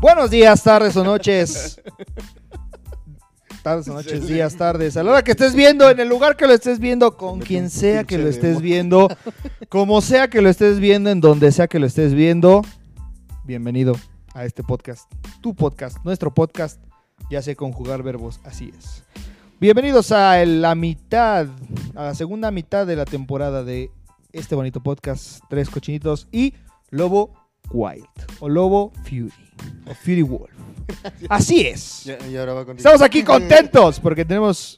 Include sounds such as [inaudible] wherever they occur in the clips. Buenos días, tardes o noches. Tardes o noches, días, tardes. A la hora que estés viendo, en el lugar que lo estés viendo, con quien sea que lo estés viendo, como sea que lo estés viendo, en donde sea que lo estés viendo, bienvenido a este podcast. Tu podcast, nuestro podcast. Ya sé conjugar verbos, así es. Bienvenidos a la mitad, a la segunda mitad de la temporada de este bonito podcast, Tres Cochinitos y Lobo Wild o Lobo Fury o Fury Wolf. Así es. Ya- y ahora va contigo. Estamos aquí contentos porque tenemos,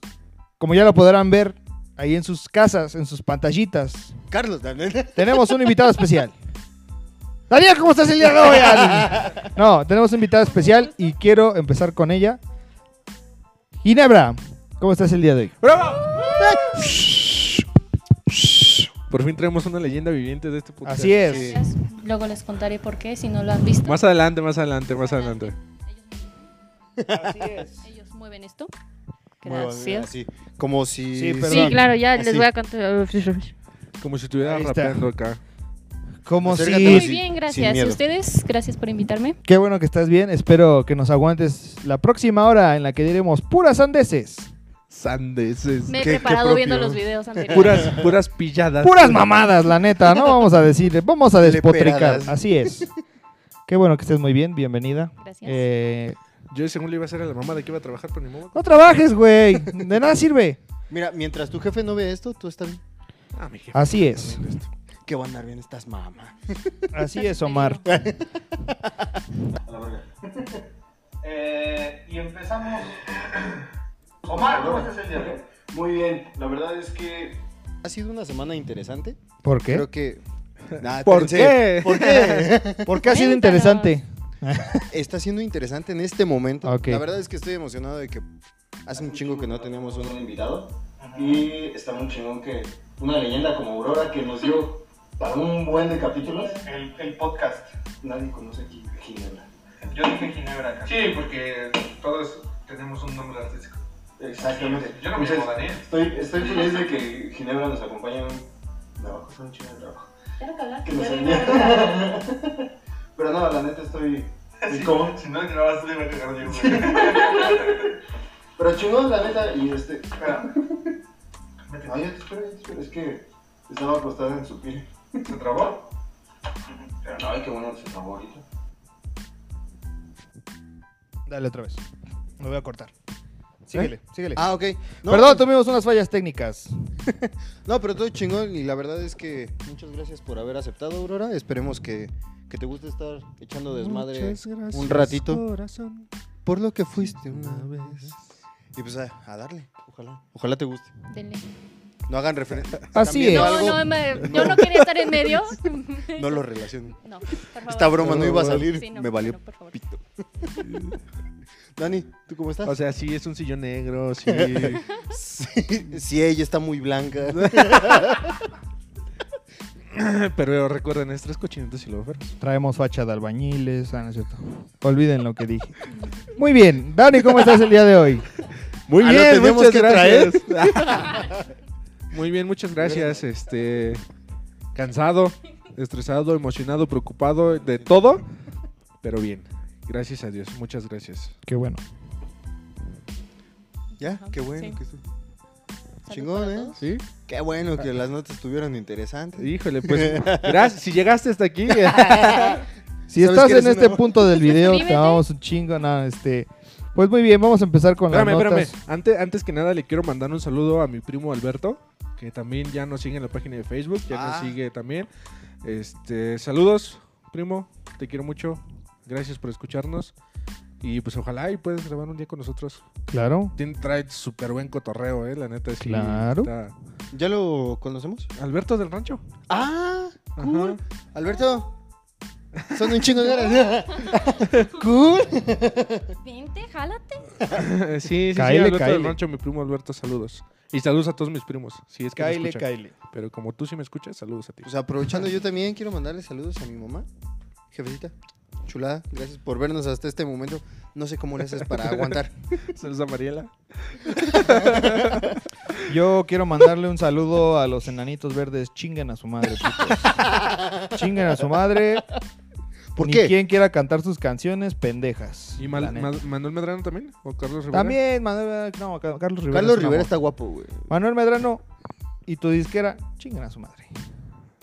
como ya lo podrán ver ahí en sus casas, en sus pantallitas, [laughs] Carlos también. tenemos un invitado especial. Daniel, ¿cómo estás el día de hoy? [laughs] Al- No, tenemos un invitado especial y quiero empezar con ella. Ginebra, ¿cómo estás el día de hoy? Por fin traemos una leyenda viviente de este podcast. Así es. Sí. Luego les contaré por qué, si no lo han visto. Más adelante, más adelante, más adelante. Así es. Ellos mueven esto. Muy bueno, Gracias. así, Como si. Sí, perdón. Sí, claro, ya les Así. voy a contar. Como si estuviera Ahí está. rapeando acá. Como Acércate si... más. Muy sin- bien, sin gracias. miedo. ¿Y ustedes? Gracias por invitarme. Qué bueno que estás bien. Espero que nos aguantes la próxima hora en la que diremos puras sandeces. Sandeces. Me he qué- qué preparado propio. viendo los videos anteriores. Puras, puras pilladas. Puras mamadas, la neta. No vamos a decir, vamos a despotricar. Leperadas. Así es. Qué bueno que estés muy bien. Bienvenida. Gracias. Eh, Yo según le iba a hacer a la mamá de que iba a trabajar por mi mamá. no trabajes, güey. De nada sirve. Mira, mientras tu jefe no vea esto, tú estás bien. Ah, mi jefe. Así es. Que va a andar bien estas mamá. Así es, Omar. Eh, y empezamos. Omar, ¿cómo estás el día de hoy? Muy bien, la verdad es que Ha sido una semana interesante. ¿Por qué? Creo que. Nah, ¿Por espérense. qué? [laughs] ¿Por qué? Porque ha sido Cuéntanos. interesante. Está siendo interesante en este momento. Ok. La verdad es que estoy emocionado de que hace un chingo que no teníamos un uno. invitado y está muy chingón que una leyenda como Aurora que nos dio para un buen de capítulos el, el podcast. Nadie conoce aquí a Ginebra. Yo dije Ginebra acá. Sí, Eh, porque todos tenemos un nombre artístico. Exactamente. Yo no me llamo Entonces, Daniel. Estoy, estoy feliz de que Ginebra nos acompañe en un trabajo, es un chingo de trabajo. Que nos ayude. [laughs] Pero no, la neta [laughs] estoy muy cómodo. Si no grabas, tú le iba a cagar yo. [laughs] Pero chingón, la neta, y este. Espera. Ay, ya te espero, ya te espero, es que estaba acostada en su piel. ¿Se trabó? Pero no, ay, qué bueno se trabó ahorita. Dale otra vez. Lo voy a cortar. Síguele, síguele. Ah, ok. No, Perdón, tuvimos unas fallas técnicas. No, pero todo chingón y la verdad es que muchas gracias por haber aceptado, Aurora. Esperemos que, que te guste estar echando desmadre pues, un ratito. Por lo que fuiste una vez. Y pues a, a darle, ojalá. Ojalá te guste. Denle. No hagan referencia. Así es. No, no, me- yo no quería estar en medio. No lo relacionen. No, por favor. Esta broma no iba a No, salir. Sí, no, Me valió no, por favor. pito. [laughs] Ah, Dani, ¿tú cómo estás? O sea, sí, es un sillón [laughs] negro, sí. sí, sí, ella está muy blanca. Pero recuerden, es tres cochinitos y lo ofertas. Traemos facha de albañiles. Ah, no es cierto. Olviden lo que dije. Muy bien. Dani, ¿cómo estás el día de hoy? Muy Ah, ¿lo bien, tenemos muchas que gracias. [laughs] Muy bien, muchas gracias. Este cansado, estresado, emocionado, preocupado de todo, pero bien. Gracias a Dios, muchas gracias. Qué bueno. [laughs] ya, Ajá, qué bueno. sí. que sí. Salud Chingón, para ¿eh? todos. ¿Sí? Qué bueno que las notas estuvieron interesantes. Híjole, [laughs] pues gracias. Si llegaste hasta aquí, eh, Si ¿Sabes estás que eres en este una- punto del video, te Suscríbete. amamos un chingo. Nada, este. Pues muy bien, vamos a empezar con espérame, las notas. espérame. Antes, antes que nada le quiero mandar un saludo a mi primo Alberto, que también ya nos sigue en la página de Facebook, ya Ah. nos sigue también. Este, saludos, primo, te quiero mucho. Gracias por escucharnos. Y pues ojalá y puedas grabar un día con nosotros. Claro. Tiene, trae súper buen cotorreo, eh, la neta. sí Claro. está- ¿Ya lo conocemos? Alberto del Rancho. [laughs] Ah, Ajá. cool. Alberto, son un chingo de ganas. [laughs] cool. Vente, jálate. sí, sí, sí, Cáele, Alberto del cáele. Rancho, mi primo Alberto, saludos. Y saludos a todos mis primos. Si es que me escuchan. Kylie. Pero como tú sí me escuchas, saludos [laughs] a ti. Pues aprovechando, yo también quiero mandarle saludos a mi mamá, jefecita. Chulada, gracias por vernos hasta este momento. No sé cómo le haces para aguantar. Saludos a Mariela. Yo quiero mandarle un saludo a [laughs] los enanitos verdes. Chinguen a su madre, putos. Chinguen a su madre. ¿Por Ni qué? quien quiera cantar sus canciones, pendejas. ¿Y Mal- la neta. Ma- Manuel Medrano también? ¿O Carlos Rivera? También, Manuel, no, Ca- Carlos Rivera. Carlos es un Rivera amor. está guapo, güey. Manuel Medrano y tu disquera, chingan a su madre.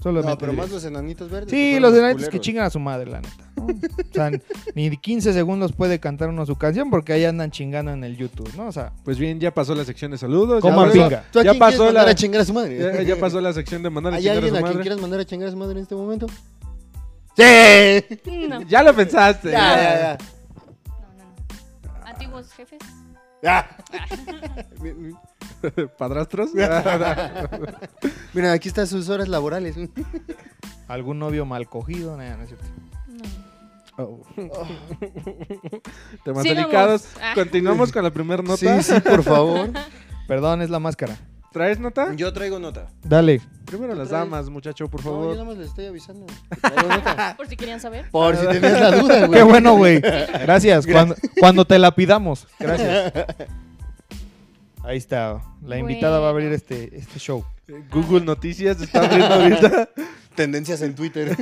Solamente No, pero diré. más los enanitos verdes. Sí, fueron los enanitos que culeros. chingan a su madre, la neta. ¿no? O sea, ni 15 segundos puede cantar uno su canción porque ahí andan chingando en el YouTube, ¿no? O sea, Pues bien, ya pasó la sección de saludos. Coman ya, Por eso, pinga. ¿Tú a quién Ya quieres pasó mandar la- a chingar a su [laughs] ya- madre? ya pasó la sección de mandar a ¿Hay chingar a alguien su a quien madre. quieras mandar a chingar a su madre en este momento? ¡Sí! No, no, Ya lo pensaste. Ya, ya, ya. no, no. Antiguos jefes. Ya. [laughs] ¿Padrastros? Mira, aquí están sus horas laborales. algún novio mal cogido, nada, no es cierto. No. Oh. Temas Sigamos. delicados. Ah. Continuamos con la primera nota. Sí, sí, por favor. Perdón, es la máscara. ¿Traes nota? [laughs] Yo traigo nota. Dale. Primero las traes? damas, muchacho, por No, yo favor. nada más les estoy avisando. Traigo nota. [laughs] Por si querían saber. Por si tenías la duda, güey. Qué bueno, güey. [laughs] Gracias. Cuando, cuando te la pidamos. Gracias. [laughs] Ahí está. La invitada va a abrir este, este show. Eh, Google Noticias está abriendo [laughs] ahorita. Tendencias en Twitter.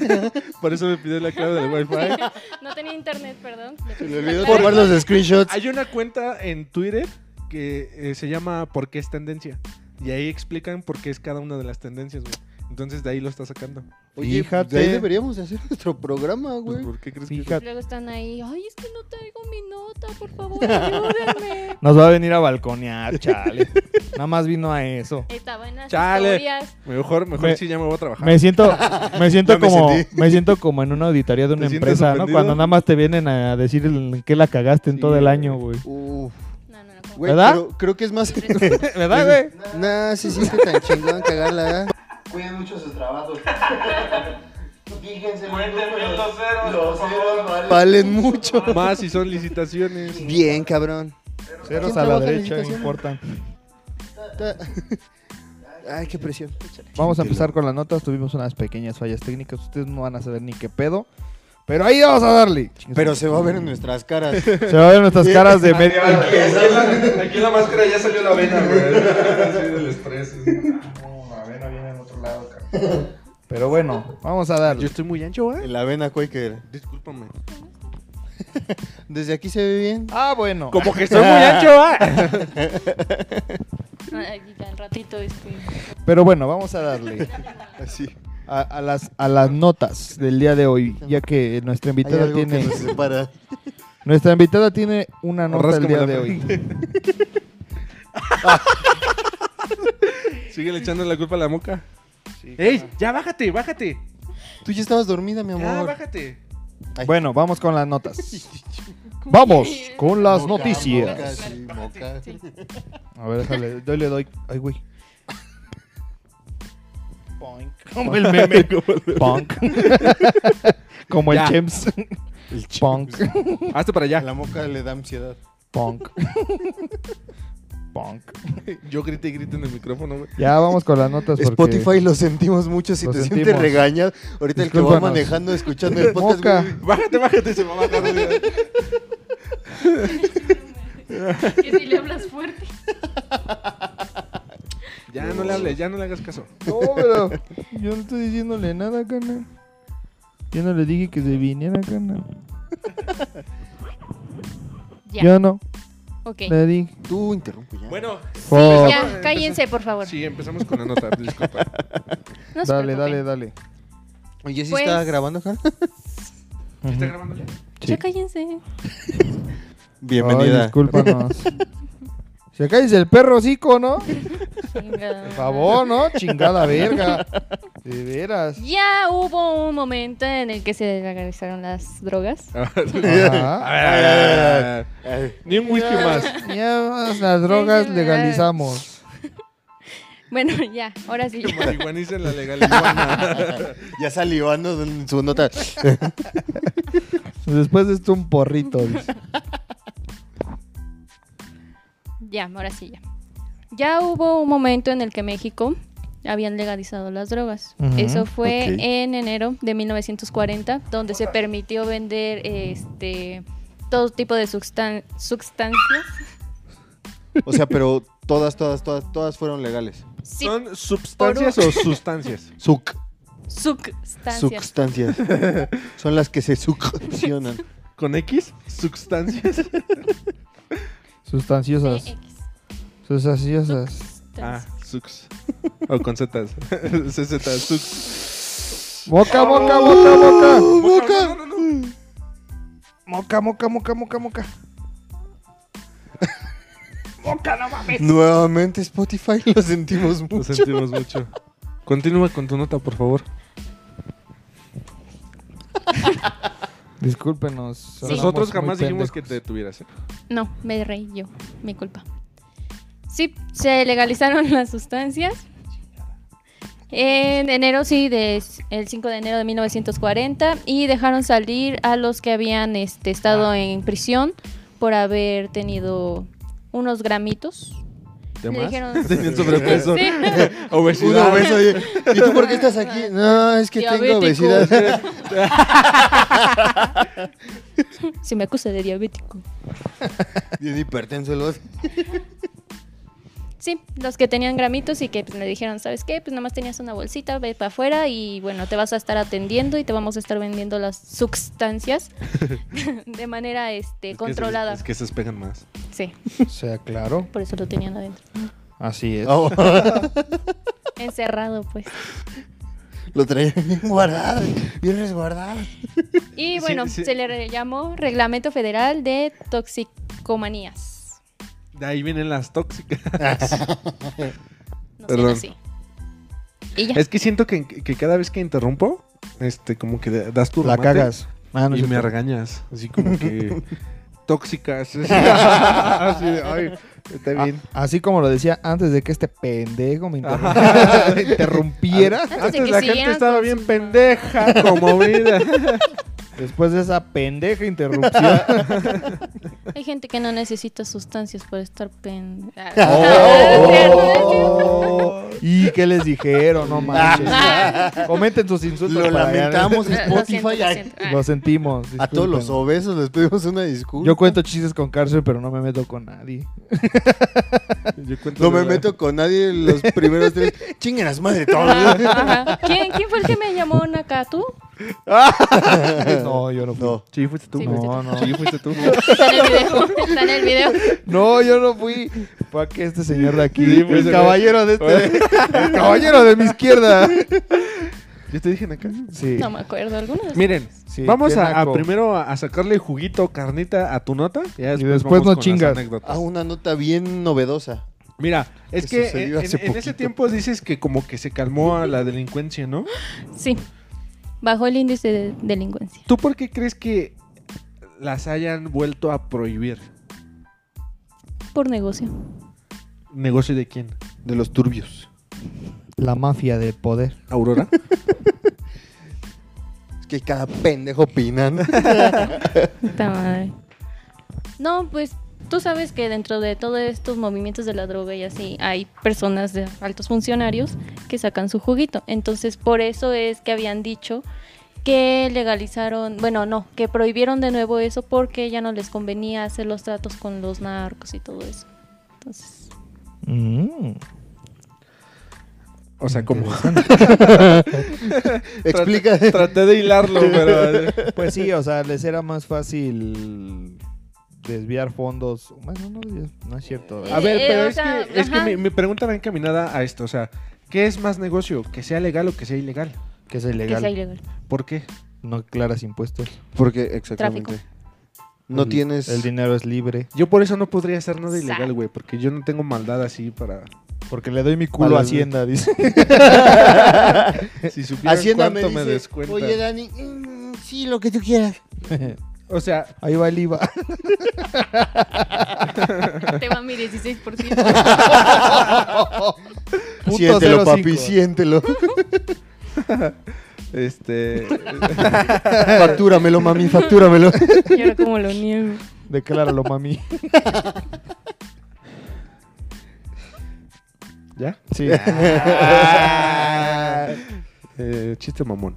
Por eso me pidió la clave del Wi-Fi. [laughs] No tenía internet, perdón. Se le olvidó tomar los screenshots. Hay una cuenta en Twitter que eh, se llama ¿Por qué es tendencia? Y ahí explican por qué es cada una de las tendencias, güey. Entonces de ahí lo está sacando. Oye, pues, Fíjate. de ahí deberíamos de hacer nuestro programa, Pues, güey. ¿Por qué crees Fíjate. Luego están ahí. Ay, es que no traigo mi nota, por favor, ayúdenme. Nos va a venir a balconear, chale. Nada más vino a eso. [laughs] Estaba en las Chale. historias. que? Mejor, mejor Me- sí ya me voy a trabajar. Me siento, me [laughs] siento Ya me como, sentí. me siento como en una auditoría de una ¿Te sientes empresa, ¿no? ofendido? Cuando nada más te vienen a decir en qué la cagaste en Sí, todo el güey. año, güey. Uf, No, no, no. como- güey, ¿Verdad? pero creo que es más. [laughs] [laughs] ¿Verdad, güey? nah, sí, sí, es tan chingón cagarla, ¿eh? Cuiden mucho sus trabajos. [laughs] Fíjense. Cuéntenme números. los ceros, Los por ceros favor. valen. Valen mucho. Más si son [laughs] licitaciones. Bien, cabrón. Ceros ¿Quién a la trabaja en derecha, no licitaciones? importa. Ta- Ay, qué presión. Vamos a empezar con las notas. Tuvimos unas pequeñas fallas técnicas. Ustedes no van a saber ni qué pedo. Pero ahí vamos a darle. Pero se va a ver en nuestras caras. se va a ver nuestras caras de [laughs] medio. Aquí, la, aquí la máscara ya salió la vena, güey. Así del estrés. así. No, la vena viene en otro lado, cabrón. Pero bueno, vamos a Yo darle. estoy muy ancho, güey. En la avena Quaker. Discúlpame. [laughs] Desde aquí se ve bien. Ah, bueno. Como que [laughs] estoy muy ancho, ¿ah? güey. Ay, ya, al ratito, este. Pero bueno, vamos a darle [laughs] Así. a, a las, a las notas del día de hoy. Ya que nuestra Hay invitada algo tiene. que nos separa. Nuestra invitada tiene una nota el día Ráscame de la hoy. [laughs] Sigue le echando la culpa a la moca. ¡Ey! ¡Ya bájate, bájate! Tú ya estabas dormida, mi ¡Ya amor. bájate! Ay. Bueno, vamos con las notas. [laughs] Vamos con las Moca, noticias. moca, sí, moca. Sí. A ver, déjale, yo le doy. Ay, güey. Punk. [laughs] Como el [laughs] meme. Punk. [laughs] Como el Ya. [laughs] Chems. El ch- Punk. Hazte para allá. La moca le da ansiedad. [laughs] Punk. Punk. Yo grité y grité en el micrófono, güey. Ya vamos con las notas. Porque... Spotify lo sentimos mucho si Lo te sientes sentimos. regañado. Ahorita el que va Discúlpanos. manejando, escuchando el podcast. Moca. güey, Bájate, bájate, se va a bajar. [laughs] güey. [laughs] Que si le hablas fuerte. Ya no le hables, ya no le hagas caso. No, pero yo no estoy diciéndole nada, cana. Yo no le dije que se viniera, cana. Ya. Yo no Ok. pues le Oh, dije. Tú interrumpe ya. Bueno, Fuck. Ya, cállense, por favor. sí, empezamos con la nota, disculpa. No se Dale, preocupen. dale, dale. Oye, ¿sí Pues- está grabando, Jara? ¿Está grabando ya? Sí. Ya cállense. Ay, [laughs] discúlpanos. Se caes el perro hocico, ¿no? Por favor, ¿no? Chingada verga. De [laughs] veras. Ya hubo un momento en el que se legalizaron las drogas. A ver, Ajá. [laughs] a ver, a ver, a ver. Ni un whisky más. Ya vamos, las drogas legalizamos. Bueno, ya, ahora sí. Que marihuanicen la legal iguana. Ya salivando en su nota. Después de esto un porrito. dice. eh. Ya, ahora sí, ya. Ya hubo un momento en el que México habían legalizado las drogas. Ujú, Eso fue ok. en enero de 1940, donde se permitió vender este todo tipo de substan- sustancias. O sea, pero todas, todas, todas, todas fueron legales. [laughs] Sí, ¿Son substancias o sustancias? Suc. Substancias. Substancias. Son las que se succionan. ¿Con X? Sustancias. Sustanciosas. Sustanciosas. Ah, sux. O con Zetas. [laughs] CZ, sux. Moca, Uh. moca, moca, moca. ¡Boca! Moca, moca, moca, moca, moca. [laughs] Nuevamente Spotify, lo sentimos Lo mucho. sentimos mucho. Continúa con tu nota, por favor. Discúlpenos. sonamos Nosotros muy jamás dijimos pendejos. que te detuvieras. ¿eh? No, me reí yo. Mi culpa. Sí, se legalizaron las sustancias. En enero, sí, de, el 5 de enero de 1940. Y dejaron salir a los que habían este, estado Ah. en prisión por haber tenido unos gramitos. ¿De Le más? [laughs] [laughs] dijeron- Tenían sobrepeso. Sí. Uno [laughs] Obesidad. obeso, oye, ¿Y tú por qué estás aquí? [laughs] No, es que tengo Diabético. obesidad. [laughs] Se me acusa de diabético. Bien hipertenso el odio. Sí, los que tenían gramitos y que pues, le dijeron, ¿sabes qué? Pues nada más tenías una bolsita, ve para afuera y bueno, te vas a estar atendiendo y te vamos a estar vendiendo las sustancias [laughs] de manera este, Es que controlada. se- Es que se pegan más. Sí, O sea, claro. por eso lo tenían adentro. Así es. Oh, Encerrado, pues. [laughs] lo traía bien guardado, bien resguardado. Y bueno, sí. se le re- llamó Reglamento Federal de Toxicomanías. De ahí vienen las tóxicas. No sé, Perdón. así. Y ya. Es que siento que, que cada vez que interrumpo, este, como que das tu La remate cagas. Ah, no es y me cierto. regañas. Así como [laughs] que. tóxicas. así de, ay, está Ah, bien. así como lo decía antes de que este pendejo me interrumpiera. [laughs] me interrumpiera. Antes de Antes que la gente siguieran estaba con bien su- [laughs] pendeja, como [laughs] vida. Después de esa pendeja interrupción. [laughs] Hay gente que no necesita sustancias por estar [laughs] pen... Ah, [laughs] Oh. ¿Y qué les dijeron? No [laughs] manches. Comenten sus insultos. Lo para allá. lamentamos, Lo siento, Spotify. lo siento. Ah. Lo sentimos. [laughs] A todos los disculpen. obesos les pedimos una disculpa. Yo cuento chistes con cárcel, pero no me meto con [laughs] nadie. no me meto con nadie en los primeros tres. [laughs] Chinguen las madre todos. Ajá, ajá. ¿Quién, ¿Quién fue el que me llamó Naka? ¿Tú? No, yo no fui. [laughs] No. Sí, fuiste tú. Sí, no, fuiste tú. no. Sí, fuiste tú. Está en el video. Está en el video. No, yo no fui. Fue que este señor de aquí. Sí, pues, el caballero de este. el caballero de mi [laughs] izquierda. Yo te dije acá. Sí. No me acuerdo. ¿Alguno de Miren, Sí, vamos qué a, a naco. primero a a sacarle juguito, carnita a tu nota. ya Y después no vamos con las chingas. anécdotas. Ah, una nota bien novedosa. Mira, es que que, sucedió en, hace en- en ese poquito. tiempo dices que como que se calmó a la delincuencia, ¿no? Sí. Bajó el índice de delincuencia. ¿Tú por qué crees que las hayan vuelto a prohibir? Por negocio. ¿Negocio de quién? De los turbios. La mafia del poder. ¿Aurora? Es que cada pendejo opinando. Puta madre. No, pues tú sabes que dentro de todos estos movimientos de la droga y así hay personas de altos funcionarios que sacan su juguito. Entonces por eso es que habían dicho que legalizaron, bueno, no, que prohibieron de nuevo eso porque ya no les convenía hacer los tratos con los narcos y todo eso. Entonces, Mm. O sea, como... [laughs] [laughs] Explica. Traté, traté de hilarlo, pero... eh, Pues sí, o sea, les era más fácil desviar fondos. Bueno, no, desviar, no es cierto. Eh, A ver, eh, pero o es, sea, que, es que ajá. mi, mi pregunta va encaminada a esto. O sea, ¿qué es más negocio? ¿Que sea legal o que sea ilegal? Que es que ilegal. sea ilegal. ¿Por qué? No aclaras impuestos. [laughs] Porque, exactamente. No El- tienes. El dinero es libre. Yo por eso no podría hacer nada Exacto. ilegal, güey, porque yo no tengo maldad [laughs] así para... Porque le doy mi culo a Vale, [laughs] Hacienda, dice. Si supieran Hacienda me cuánto me, dice, descuentan. Oye, Dani, mm, sí, lo que tú [laughs] quieras. O sea, Ahí va el IVA. Te va mi 16%. Punto siéntelo, 05. papi, siéntelo. [laughs] este... factúramelo, mami, factúramelo. [laughs] Y ahora como lo niego. Decláralo, mami. ¿Ya? Sí. Ah. Ah. Eh, chiste mamón.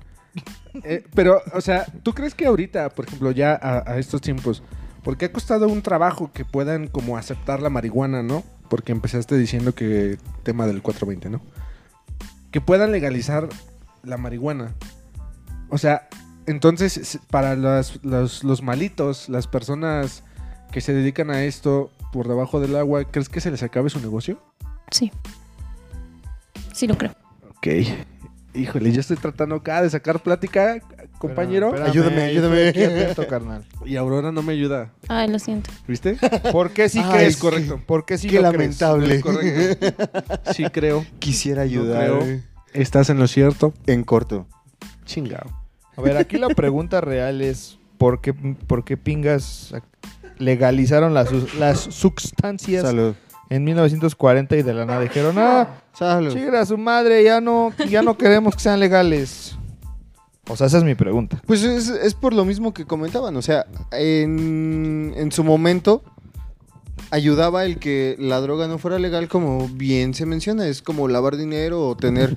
Eh, pero, o sea, ¿tú crees que ahorita, por ejemplo, ya a, a estos tiempos, porque ha costado un trabajo que puedan como aceptar la marihuana, ¿no? Porque empezaste diciendo que tema del 420, ¿no? Que puedan legalizar la marihuana. O sea, entonces, s- para las- los, los malitos, las personas que se dedican a esto por debajo del agua, ¿crees que se les acabe su negocio? Sí. Sí lo creo. Ok. Híjole, yo estoy tratando acá de sacar plática, compañero. Ayúdame, ayúdame. estoy aquí atento, [laughs] carnal. Y Aurora no me ayuda. Ay, lo siento. ¿Viste? [laughs] ¿Por qué sí Ay, crees? es correcto. que- ¿Por qué sí Qué lo crees? lamentable. Es correcto. Sí, creo. Quisiera No ayudar creo. eh, Estás en lo cierto. en corto. Chingado. A ver, aquí la pregunta real es: ¿por qué, por qué pingas legalizaron las, sus- las sustancias Salud. en 1940 y de la nada dijeron, ah, Salud. chigra su madre, ya no, ya no queremos que sean legales? O sea, esa es mi pregunta. Pues es, es por lo mismo que comentaban, o sea, en, en su momento ayudaba el que la droga no fuera legal, como bien se menciona, es como lavar dinero o tener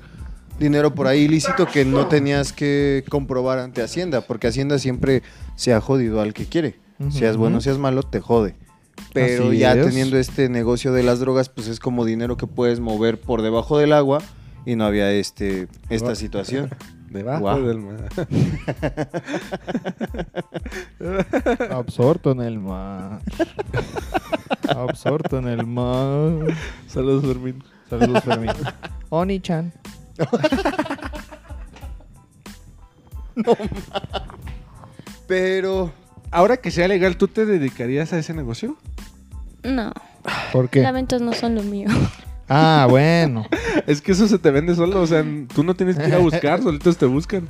dinero por ahí ilícito que no tenías que comprobar ante Hacienda, porque Hacienda siempre se ha jodido al que quiere. Ujú. Seas bueno, seas malo, te jode. Pero Así ya es. teniendo este negocio de las drogas, pues es como dinero que puedes mover por debajo del agua y no había este esta situación. Debajo Guau. del mar. [laughs] Absorto en el mar. Absorto en el mar. Saludos, Fermín. Saludos, Fermín. Oni-chan. Pero Ahora que sea legal, ¿tú te dedicarías a ese negocio? No, ¿Por las qué? ventas no son lo mío. [laughs] Ah, bueno. Es que eso se te vende solo, o sea, n- tú no tienes que ir a buscar, solitos te buscan,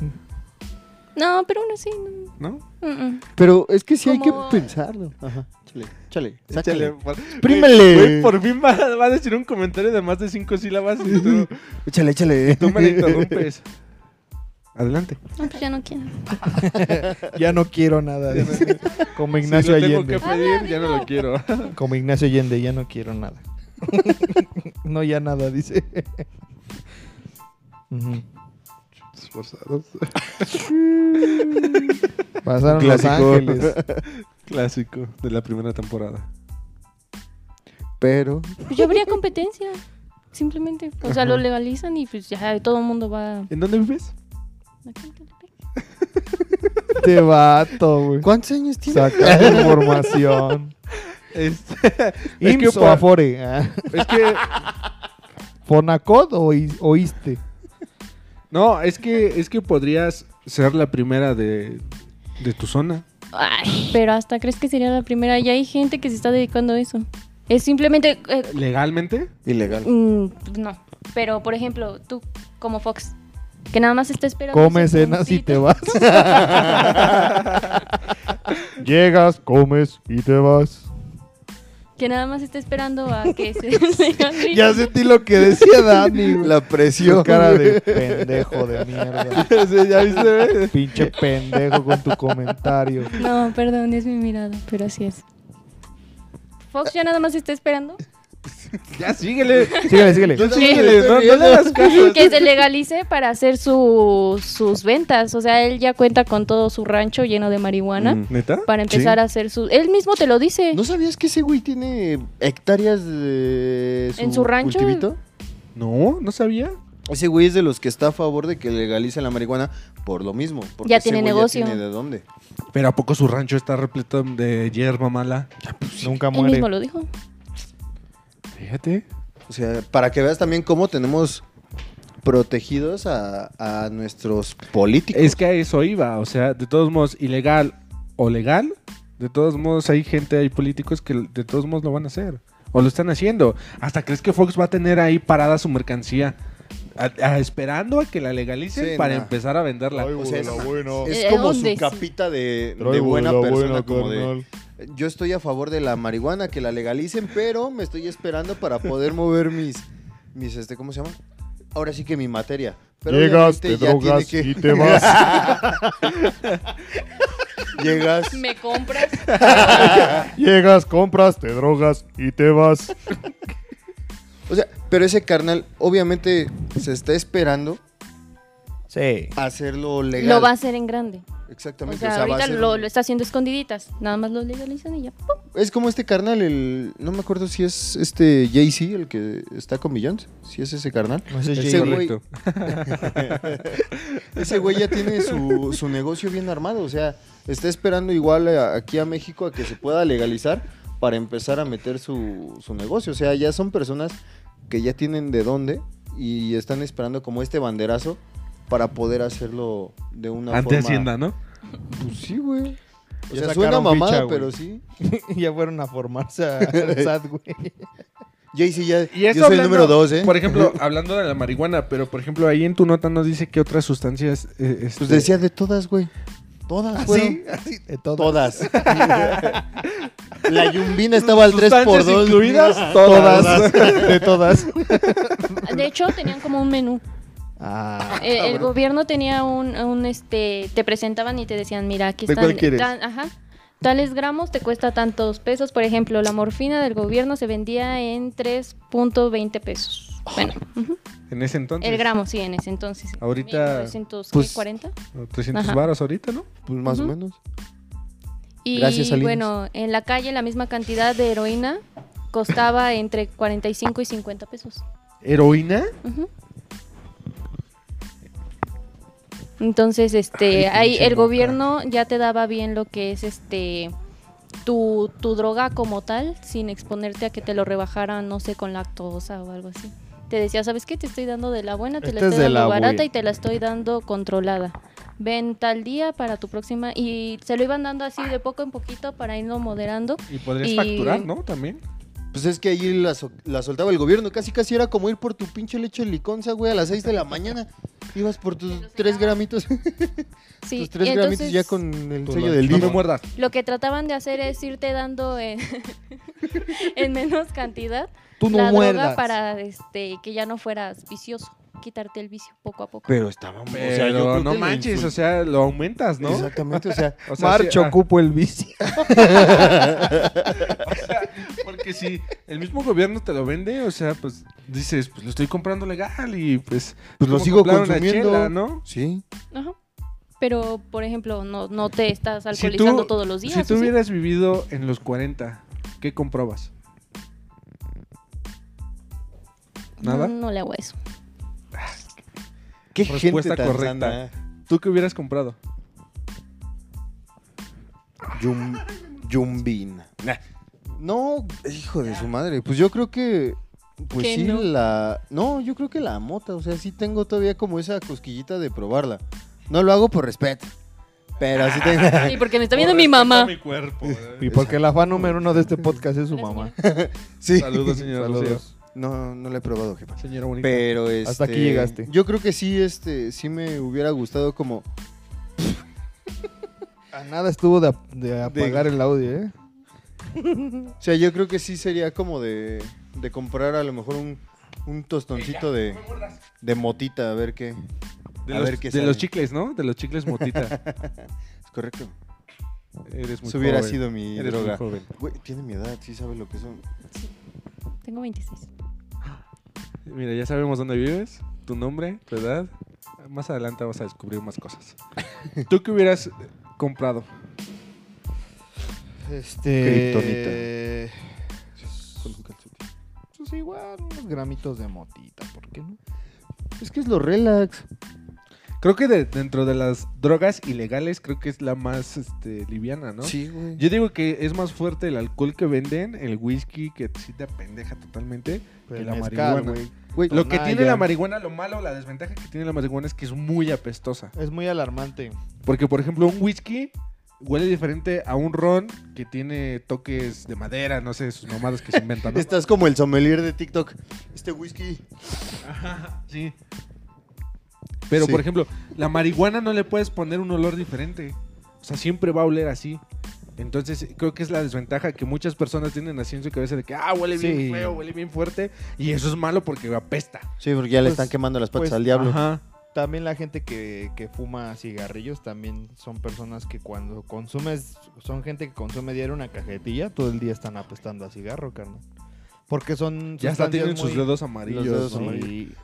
No, pero aún así. no. ¿no? Mm, mm. Pero es que sí Como- hay que pensarlo. Ajá. Chale, chale, Échale, sácale. por- Exprímele. Güey, güey, por fin va, va a decir un comentario de más de cinco sílabas y tú, Échale, [laughs] échale. tú me la interrumpes. Adelante. No, pues ya no quiero. [laughs] Ya no quiero nada. dice. Como Si Ignacio lo tengo Allende. que pedir, ya no lo quiero. Como Ignacio Allende, ya no quiero nada. [laughs] no, ya nada, dice. Ujú. [laughs] [laughs] Esforzados. Pasaron Clásico. Los [laughs] Ángeles. Clásico de la primera temporada. Pero Pues ya habría competencia. Simplemente. O sea, lo legalizan y pues ya todo el mundo va. ¿En dónde vives? Te Este vato, güey. ¿cuántos años tiene? Saca tu información. Este, [laughs] es, que IMSS o por- Afore. ah. es que ¿Fonacot o i- oíste? no, es que es que podrías ser la primera de, de tu zona. Ay, pero hasta crees que sería la primera. Ya hay gente que se está dedicando a eso. Es simplemente. eh, ¿Legalmente? Ilegal. Mm, no. Pero, por ejemplo, tú, como Fox, que nada más está esperando. Come ese cenas y puntito. te vas. [laughs] Llegas, comes y te vas. Que nada más está esperando a [laughs] que se legalice. Ya sentí lo que decía Dani, güey. La presión. Tu cara de pendejo de mierda. ¿Ya viste? Pinche pendejo con tu comentario. No, perdón, es mi mirada, pero así es. Fox ya nada más está esperando Ya [laughs] síguele. Síguele, síguele. Tú sí, síguele, no, no le hagas caso. [laughs] que se legalice para hacer su- sus ventas. O sea, él ya cuenta con todo su rancho lleno de marihuana Mm. ¿Neta? para empezar a hacer su... Él mismo te lo dice. ¿No sabías que ese güey tiene hectáreas de ¿En su rancho? cultivito? No, no sabía. Ese güey es de los que está a favor de que legalicen la marihuana por lo mismo. Porque Ya ese tiene güey negocio. tiene de dónde. Pero ¿a poco su rancho está repleto de hierba mala? Nunca él mismo muere. lo dijo. Fíjate. O sea, para que veas también cómo tenemos protegidos a, a nuestros políticos. Es que a eso iba, o sea, de todos modos, ilegal o legal, de todos modos hay gente, hay políticos que de todos modos lo van a hacer. O lo están haciendo. ¿Hasta crees que Fox va a tener ahí parada su mercancía? A- a- esperando a que la legalicen Sí, para nah. empezar a venderla. O sea, es- Eh, Es ¿de como su dónde? capita de, de buena persona, como de... Yo estoy a favor de la marihuana, que la legalicen, pero me estoy esperando para poder mover mis, mis este, ¿cómo se llama? Ahora sí que mi materia. Pero obviamente ya tiene que- vas. [laughs] Llegas, Me compras. Llegas, compras, te drogas y te vas. o sea, pero ese carnal obviamente se está esperando Sí. a hacerlo legal. Lo va a hacer en grande. O Exactamente. sea, va a ahorita ser lo, un- lo está haciendo escondiditas. Nada más lo [laughs] legalizan y ya. ¡pum! Es como este carnal, el. No me acuerdo si es este Jay-Z, el que está con Beyoncé. Si es ese carnal. Ese güey, Correcto. [laughs] ese güey ya tiene su, su negocio bien armado. O sea, está esperando igual a- aquí a México a que se pueda legalizar para empezar a meter su, su negocio. O sea, ya son personas que ya tienen de dónde y están esperando como este banderazo para poder hacerlo de una Ante forma. Hacienda, ¿no? Pues sí, güey. O Ya sea, suena sacaron mamada, ficha, güey. pero sí. ya fueron a formarse al SAT, güey. Jay-Z ya. Y eso yo soy el hablando, número dos, ¿eh? Por ejemplo, hablando de la marihuana, pero por ejemplo, ahí en tu nota nos dice que otras sustancias. eh, este, Pues decía de todas, güey. Todas, ¿Ah, Así, güey. así, de todo. Todas. [laughs] La yumbina estaba al 3 por Sustancias 2 [laughs] incluidas, Todas. [laughs] de todas. De hecho, tenían como un menú. Ah, Eh, el gobierno tenía un, un, este, te presentaban y te decían, mira, aquí ¿De están, cuál quieres? tan- ajá, tales gramos te cuesta tantos pesos. Por ejemplo, la morfina del gobierno se vendía en 3.20 pesos. Bueno, ujú, En ese entonces. el gramo, sí, en ese entonces. Ahorita, 1940. 300 Ajá. varos ahorita, ¿no? Pues más o Ujú. menos. Y Gracias, Salinas. bueno, en la calle la misma cantidad de heroína costaba entre 45 y 50 pesos. ¿Heroína? Ujú. Entonces, este, ahí el gobierno ya te daba bien lo que es este tu, tu droga como tal, sin exponerte a que te lo rebajaran, no sé, con lactosa o algo así. Te decía, ¿sabes qué? Te estoy dando de la buena, te Esta la es estoy de dando la barata buena. y te la estoy dando controlada. Ven tal día para tu próxima. Y se lo iban dando así de poco en poquito para irlo moderando. Y podrías Y- facturar, ¿no? También. Pues es que ahí la, so- la soltaba el gobierno. Casi casi era como ir por tu pinche leche liconza, güey, a las 6 de la mañana. Ibas por tus 3 gramitos. Sí, tus y 3 gramitos entonces- ya con el Tu sello lonche. del No DIF. me muerdas. Lo que trataban de hacer es irte dando en, [laughs] en menos cantidad tú no la muerdas. droga para este que ya no fueras vicioso, quitarte el vicio poco a poco. [laughs] Pero estaba o Pero sea, yo creo no que la manches, influ- o sea, lo aumentas, ¿no? Exactamente, o sea. O sea, Marcho, sí, ah, ocupo el bici. porque si el mismo gobierno te lo vende, o sea, pues dices, pues lo estoy comprando legal y pues. Pues lo como sigo comprar una consumiendo. chela, ¿no? Sí. Ajá. Pero, por ejemplo, no, no te Si estás tú- alcoholizando todos los días. Si ¿o tú sí? hubieras vivido en los 40, ¿qué comprobas? ¿Nada? No, no le hago eso. Qué Respuesta gente tan correcta. sana, ¿eh? ¿Tú qué hubieras comprado? Yum- yumbina. No, hijo de su madre. Pues yo creo que. Pues ¿Que sí, no? la. No, yo creo que la mota. O sea, sí tengo todavía como esa cosquillita de probarla. No lo hago por respeto. Pero sí tengo. [laughs] Sí, porque me está viendo mi mamá. cuerpo. eh. Y porque la fan número uno de este podcast es su La mamá. sí. Saludos, señora Lucía. Saludos. No, no la he probado, jefa. Señora bonita. Pero este, Hasta aquí llegaste. Yo creo que sí, este, sí me hubiera gustado como. A nada estuvo de, ap- de apagar el audio, ¿eh? O sea, yo creo que sí sería como de. de comprar a lo mejor un, un tostoncito de. de motita, a ver qué. de a los, ver qué de sale. los chicles, ¿no? De los [laughs] chicles motita. Es correcto. Eres muy Eso hubiera joven. sido mi Eres muy droga. joven. Güey, tiene mi edad, sí sabe lo que pues, son. Tengo 26. Mira, ya sabemos dónde vives, tu nombre, tu edad. Más adelante vas a descubrir más cosas. [laughs] ¿Tú qué hubieras eh, comprado? Este. Pues igual, unos gramitos de motita, ¿por qué no? Es que es lo relax. Creo que de- dentro de las drogas ilegales, creo que es la más este, liviana, ¿no? Sí, güey. Yo digo que es más fuerte el alcohol que venden, el whisky que sí te apendeja totalmente, que la marihuana. Güey, Lo que Tonalla. tiene la marihuana, lo malo, la desventaja que tiene la marihuana es que es muy apestosa. Es muy alarmante. Porque, por ejemplo, un whisky huele diferente a un ron que tiene toques de madera, no sé, sus mamadas que se inventan. [laughs] ¿no? Estás como el sommelier de TikTok. Este whisky. Sí. Pero, Sí. por ejemplo, la marihuana no le puedes poner un olor diferente. O sea, siempre va a oler así. Entonces, creo que es la desventaja que muchas personas tienen así en su cabeza de que, ah, huele Sí. bien feo, huele bien fuerte. Y eso es malo porque apesta. Sí, porque ya le Pues, están quemando las patas pues, al diablo. Ajá. También la gente que, que fuma cigarrillos también son personas que cuando consumes, son gente que consume diario una cajetilla, todo el día están apestando a cigarro, carnal. Porque son Ya hasta sustancias tienen sus muy- dedos los amarillos. dedos ¿no? amarillos.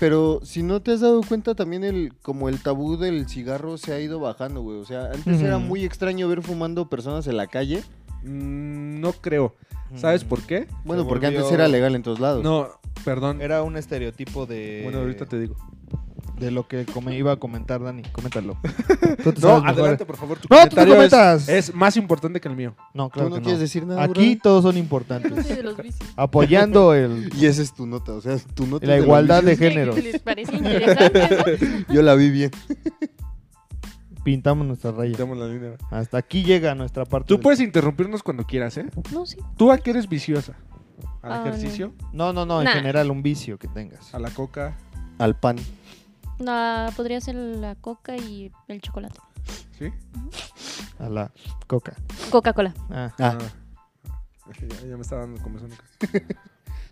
Pero si no te has dado cuenta, también el como el tabú del cigarro se ha ido bajando, güey. O sea, antes era Ujú. muy extraño ver fumando personas en la calle. Mm, No creo. ¿Sabes por qué? Bueno, Se porque volvió- antes era legal en todos lados. No, perdón. Era un estereotipo de. Bueno, ahorita te digo. De lo que come- iba a comentar, Dani. [laughs] Coméntalo. Tú te No, sabes mejor. adelante, por favor. Tu No, tú te comentario es- comentas. Es, más importante que el mío. No, ¿Tú claro no que no. quieres decir nada, Aquí Aurora? todos son importantes. de [laughs] los vicios. Apoyando [laughs] el, Y esa es tu nota, o sea, tu nota. la es de igualdad de los género. Les parece interesante, ¿no? vicios. [laughs] Yo la vi bien. Pintamos nuestra raya. la línea. Hasta aquí llega nuestra parte. Tú del- puedes interrumpirnos cuando quieras, ¿eh? No, sí. ¿Tú a qué eres viciosa? Ah, ¿Al no. ejercicio? No, no, no. En Nah. general, un vicio que tengas. ¿A la coca? Al pan. No, podría ser la coca y el chocolate. ¿Sí? A la coca. Coca-Cola. Ah. Ah, Ya, ya me está dando comezón.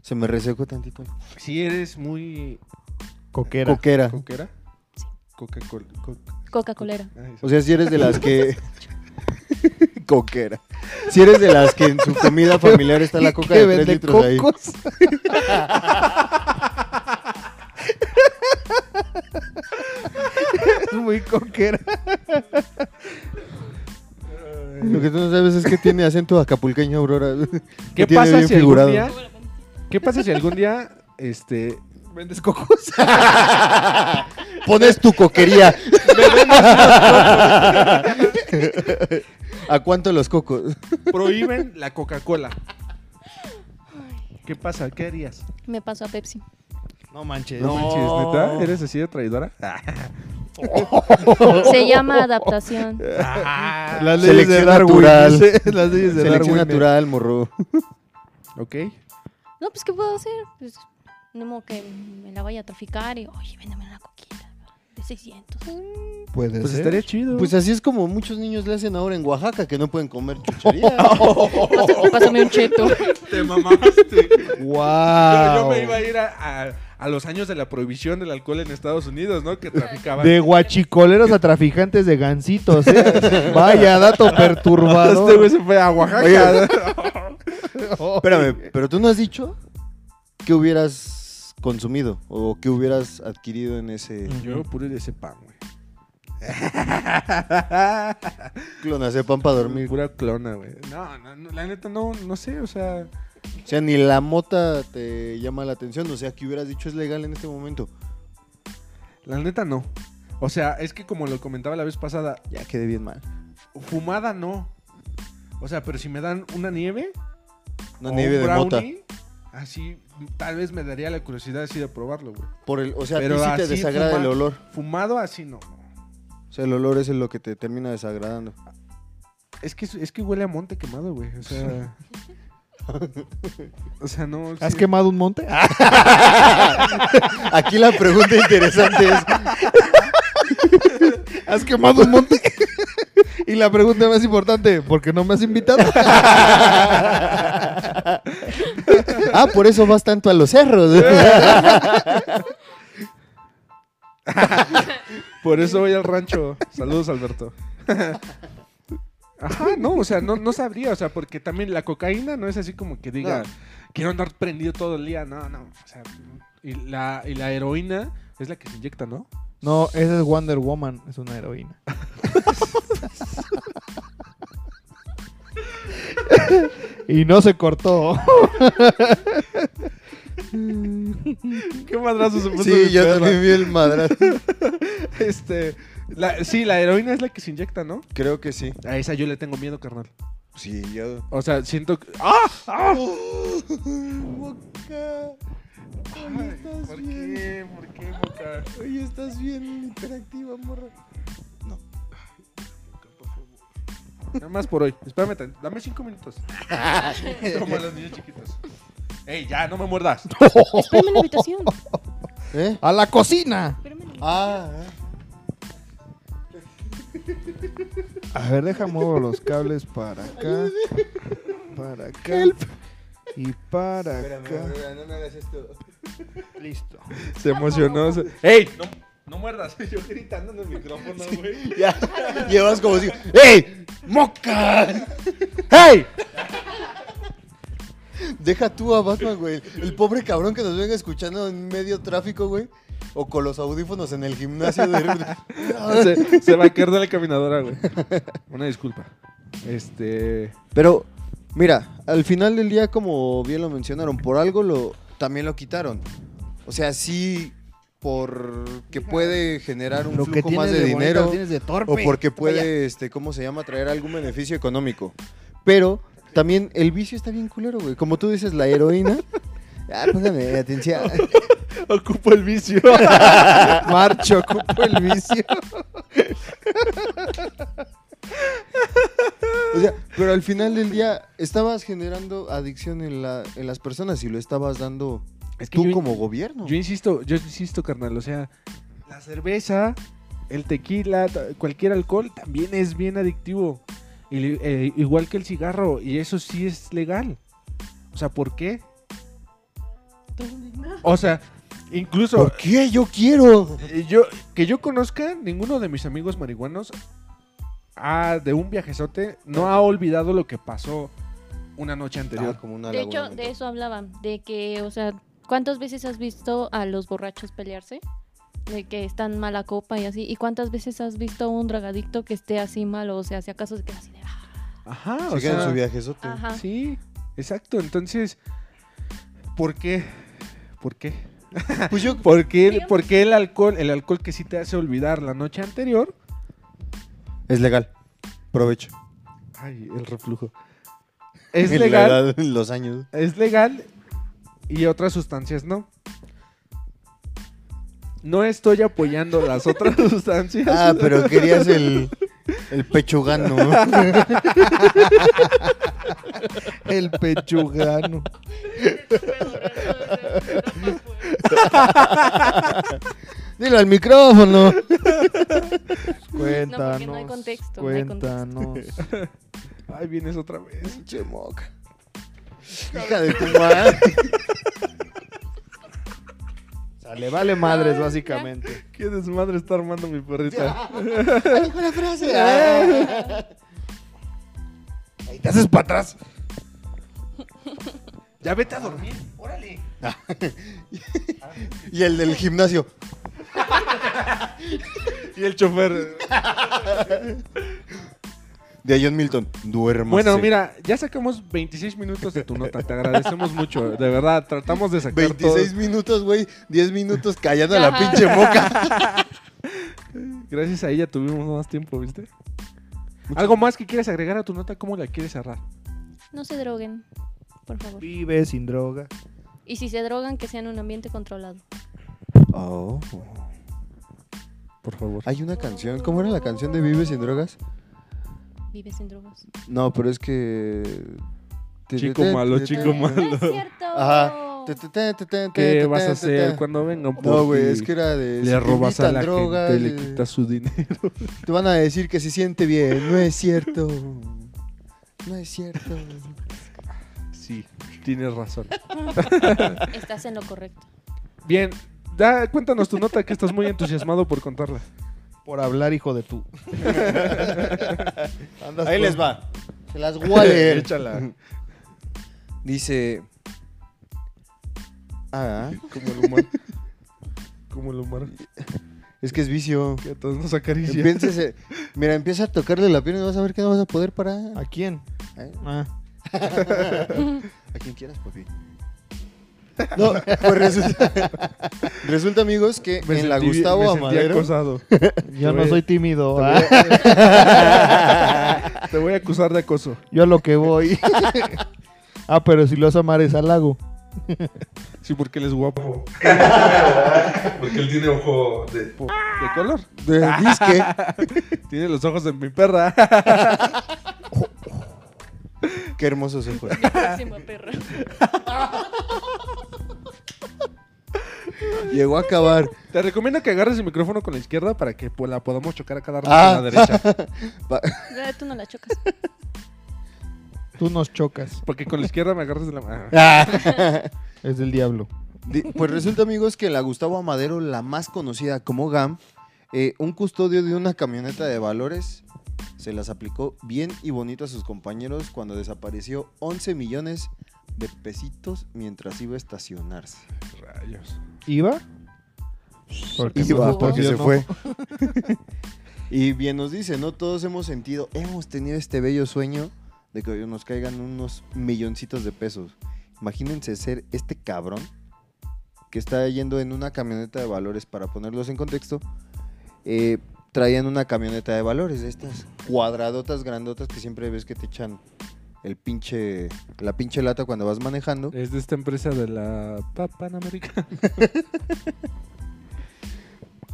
se me resecó tantito. Si eres muy Coquera. Coquera. coquera. Sí. Coca-Cola. coca- Coca-Colera. Ah, eso. O sea, si eres de las [laughs] que. Coquera. Si eres de las que en su comida familiar está la coca de 3 litros ahí. [laughs] es muy coquera. Lo que tú no sabes es que tiene acento acapulqueño, Aurora. ¿Qué Lo tiene pasa bien si algún figurado. día? ¿Qué pasa si algún día este vendes cocos? [laughs] Pones tu coquería. ¿A cuánto los cocos? Prohíben la Coca-Cola. ¿Qué pasa? ¿Qué harías? Me paso a Pepsi. No manches. No manches, neta, eres así de traidora. Se llama adaptación. Las leyes de Selección Darwin. natural. dice, [laughs] Las leyes de Selección Darwin. natural, morro. Ok. No, pues, ¿qué puedo hacer? Pues, no modo que me la vaya a traficar y, oye, véndeme una coquita de 600. Puede Pues ser. estaría chido. Pues así es como muchos niños le hacen ahora en Oaxaca, que no pueden comer [laughs] chuchería. Pásame, Pues, pásame un cheto. te mamaste. Wow. Yo me iba a ir a, a- a los años de la prohibición del alcohol en Estados Unidos, ¿no? Que traficaban. [laughs] Este De guachicoleros a traficantes de gancitos. [laughs] ¿eh? Vaya dato Este güey perturbador. se fue a Oaxaca. Oye. Espérame, pero tú no has dicho qué hubieras consumido o qué hubieras adquirido en ese [laughs] Yo puro de ese pan, [laughs] güey. clonazepam para dormir. Pura clona, güey. No, no, no, la neta no, no sé, o sea. O sea, ni la mota te llama la atención. O sea, que hubieras dicho es legal en este momento. La neta no. O sea, es que como lo comentaba la vez pasada, Ya quedé bien mal. fumada no. O sea, pero si me dan una nieve, Una o nieve un de mota. brownie, así tal vez me daría la curiosidad así de probarlo, güey. Por el, o sea, a ti Pero sí te así desagrada fumar- el olor. Fumado así no. O sea, el olor es lo que te termina desagradando. [laughs] Es que, es que huele a monte quemado, güey. [laughs] O sea. o sea, no. ¿Has sí. quemado un monte? Ah, Aquí la pregunta interesante es, ¿Has quemado un monte? [laughs] y la pregunta más importante, ¿por qué no me has invitado? [laughs] ah, por eso vas tanto a los cerros. Por eso voy al rancho. Saludos, Alberto. Ajá, no, o sea, no, no sabría, o sea, porque también la cocaína no es así como que diga, No. quiero andar prendido todo el día, no, no, o sea, y la, y la heroína es la que se inyecta, ¿no? No, esa es Wonder Woman, es una [laughs] heroína. y no se cortó. Qué madrazo se puso sí, mi yo perra. también vi el madrazo. Este, la- sí, la heroína es la que se inyecta, ¿no? Creo que sí. A esa yo le tengo miedo, carnal. Sí, yo... O sea, siento que... ¡Ah! ¡Ah! Boca, ¿dónde estás ¿Por bien? qué? ¿Por qué, boca? Oye, estás bien hiperactiva, morra. Nada más por hoy. Espérame, tan- dame cinco minutos. [laughs] Como los niños chiquitos. Ey, ya, no me muerdas. [laughs] Espérame en la habitación. ¿Eh? ¡A la cocina! Espérame en la habitación. Ah, A ver, deja muevo los cables para acá. Para acá. Y para acá. no me hagas esto. Listo. [laughs] Se emocionó. se- ¡Ey! No, no muerdas. [laughs] Yo gritando en el micrófono, güey. [laughs] Ya, llevas como si... ¡Ey! [laughs] ¡Mocas! ¡Ey! Deja tú a Batman, güey. El pobre cabrón que nos venga escuchando en medio tráfico, güey. o con los audífonos en el gimnasio de [laughs] se, se va a caer de la caminadora, güey. Una disculpa. Este. [laughs] Pero, mira, al final del día, como bien lo mencionaron, por algo lo también lo quitaron. O sea, sí porque puede generar un Lo que flujo más tienes de, de, bonito dinero lo tienes de torpe. o porque puede, este, ¿cómo se llama? Traer algún beneficio económico. Pero también el vicio está bien culero, güey. Como tú dices, la [laughs] heroína. Ah, póngame atención. Ocupo el vicio. [laughs] Marcho, ocupo el vicio. [laughs] O sea, pero al final del día estabas generando adicción en, la, en las personas y lo estabas dando Es que tú yo- como gobierno. Yo insisto, yo insisto, carnal. O sea, la cerveza, el tequila, ta- cualquier alcohol también es bien adictivo. Y li- eh, igual que el cigarro. Y eso sí es legal. O sea, ¿por qué? O sea, incluso ¿Por qué? Yo quiero. eh, yo que yo conozca, ninguno de mis amigos marihuanos ha- de un viajezote no ha olvidado lo que pasó una noche anterior. Ah, como una De hecho, laguna de mental. eso hablaban, de que, o sea, ¿cuántas veces has visto a los borrachos pelearse? De que están mala copa y así. ¿Y cuántas veces has visto a un dragadicto que esté así malo? O sea, si acaso se queda así de... [laughs] "Ah". Ajá, Se o queda en sea, su viajezote. Ajá. Sí, exacto. Entonces, ¿por qué? ¿Por qué? Pues [laughs] yo, ¿Por qué, Digamos- por qué el alcohol, el alcohol que sí te hace olvidar la noche anterior? Es legal. Provecho. Ay, el reflujo. Es En la legal, edad, en los años. es legal y otras sustancias no. No estoy apoyando las otras sustancias. Ah, pero querías el, el [laughs] pechugano. El [laughs] pechugano. [laughs] Dilo al micrófono. Pues No, Cuéntanos. porque no hay contexto, no hay contexto. Cuéntanos. Ay, vienes otra vez. Che moca. Hija de tu madre. [laughs] O sea, le vale madres, básicamente. Qué desmadre está armando mi perrita. la frase. Ah. Te haces para atrás. Ya vete a dormir. [laughs] Y el del gimnasio. Y el chofer. De John Milton. Duerma. Bueno, mira, ya sacamos 26 minutos de tu nota. Te agradecemos mucho. De verdad, tratamos de sacar 26 todo. minutos, güey. 10 minutos callando a la Ajá. pinche moca. Gracias a ella tuvimos más tiempo, ¿viste? ¿Algo más que quieres agregar a tu nota? ¿Cómo la quieres cerrar? No se droguen, por favor. Vive sin droga. Y si se drogan, que sea en un ambiente controlado. Oh. Por favor. Hay una canción. ¿Cómo era la canción de Vive sin drogas? Vive sin drogas. No, pero es que. Chico malo, chico malo. ¡No es cierto! Ajá. [laughs] ¿Qué vas a hacer cuando vengan por No, güey, ti? es que era de. si Le te robas a invitan la drogas, gente y le eh, quitas su [laughs] dinero. Te van a decir que se siente bien. No es cierto. No es cierto. Sí, tienes razón. Estás en lo [laughs] correcto. Bien, da, cuéntanos tu nota que estás muy entusiasmado por contarla. Por hablar, hijo de [laughs] tú. Andas Ahí con- les va. Se las voy a leer. [laughs] Échala. Dice. [laughs] Ah, Como el humano. Como el humano. es que es vicio. Que a todos nos acaricia. Empieza ese- mira, empieza a tocarle la pierna y vas a ver que no vas a poder parar. [laughs] ¿A quién? ¿Eh? Ah. A quien quieras, papi. [laughs] No, pues resulta, resulta amigos, que Me en la sentí- me Gustavo sentí Amadero. [laughs] acosado. Yo no Oye. soy tímido. ah. ¿ah? [laughs] Te voy a acusar de acoso. [laughs] Yo a lo que voy. [laughs] ah, pero si lo vas a amar es al lago. Sí, porque él es guapo. [laughs] Porque él tiene ojo de. ¿De color? de disque. [laughs] Tiene los ojos de mi perra. Qué hermosos ojos. Mi próxima perra. Llegó a acabar. Te recomiendo que agarres el micrófono con la izquierda para que pues, la podamos chocar a cada rato Ah. con [laughs] la derecha. Pa- Ah, Tú no la chocas. Tú nos chocas. Porque con la izquierda me agarras de la ah, mano. [laughs] Es del diablo. Di- Pues resulta, amigos, que la Gustavo Amadero, la más conocida como GAM, eh, un custodio de una camioneta de valores, se las aplicó bien y bonito a sus compañeros cuando desapareció 11 millones de pesitos mientras iba a estacionarse. Rayos. ¿Iba? Porque Y se va, fue. porque Yo se no. [laughs] fue. y bien nos dice, ¿no? Todos hemos sentido, hemos tenido este bello sueño de que nos caigan unos milloncitos de pesos. Imagínense ser este cabrón que está yendo en una camioneta de valores, para ponerlos en contexto, eh, traían una camioneta de valores, de estas cuadradotas grandotas que siempre ves que te echan el pinche, la pinche lata cuando vas manejando. Es de esta empresa de la Pa- Panamericana.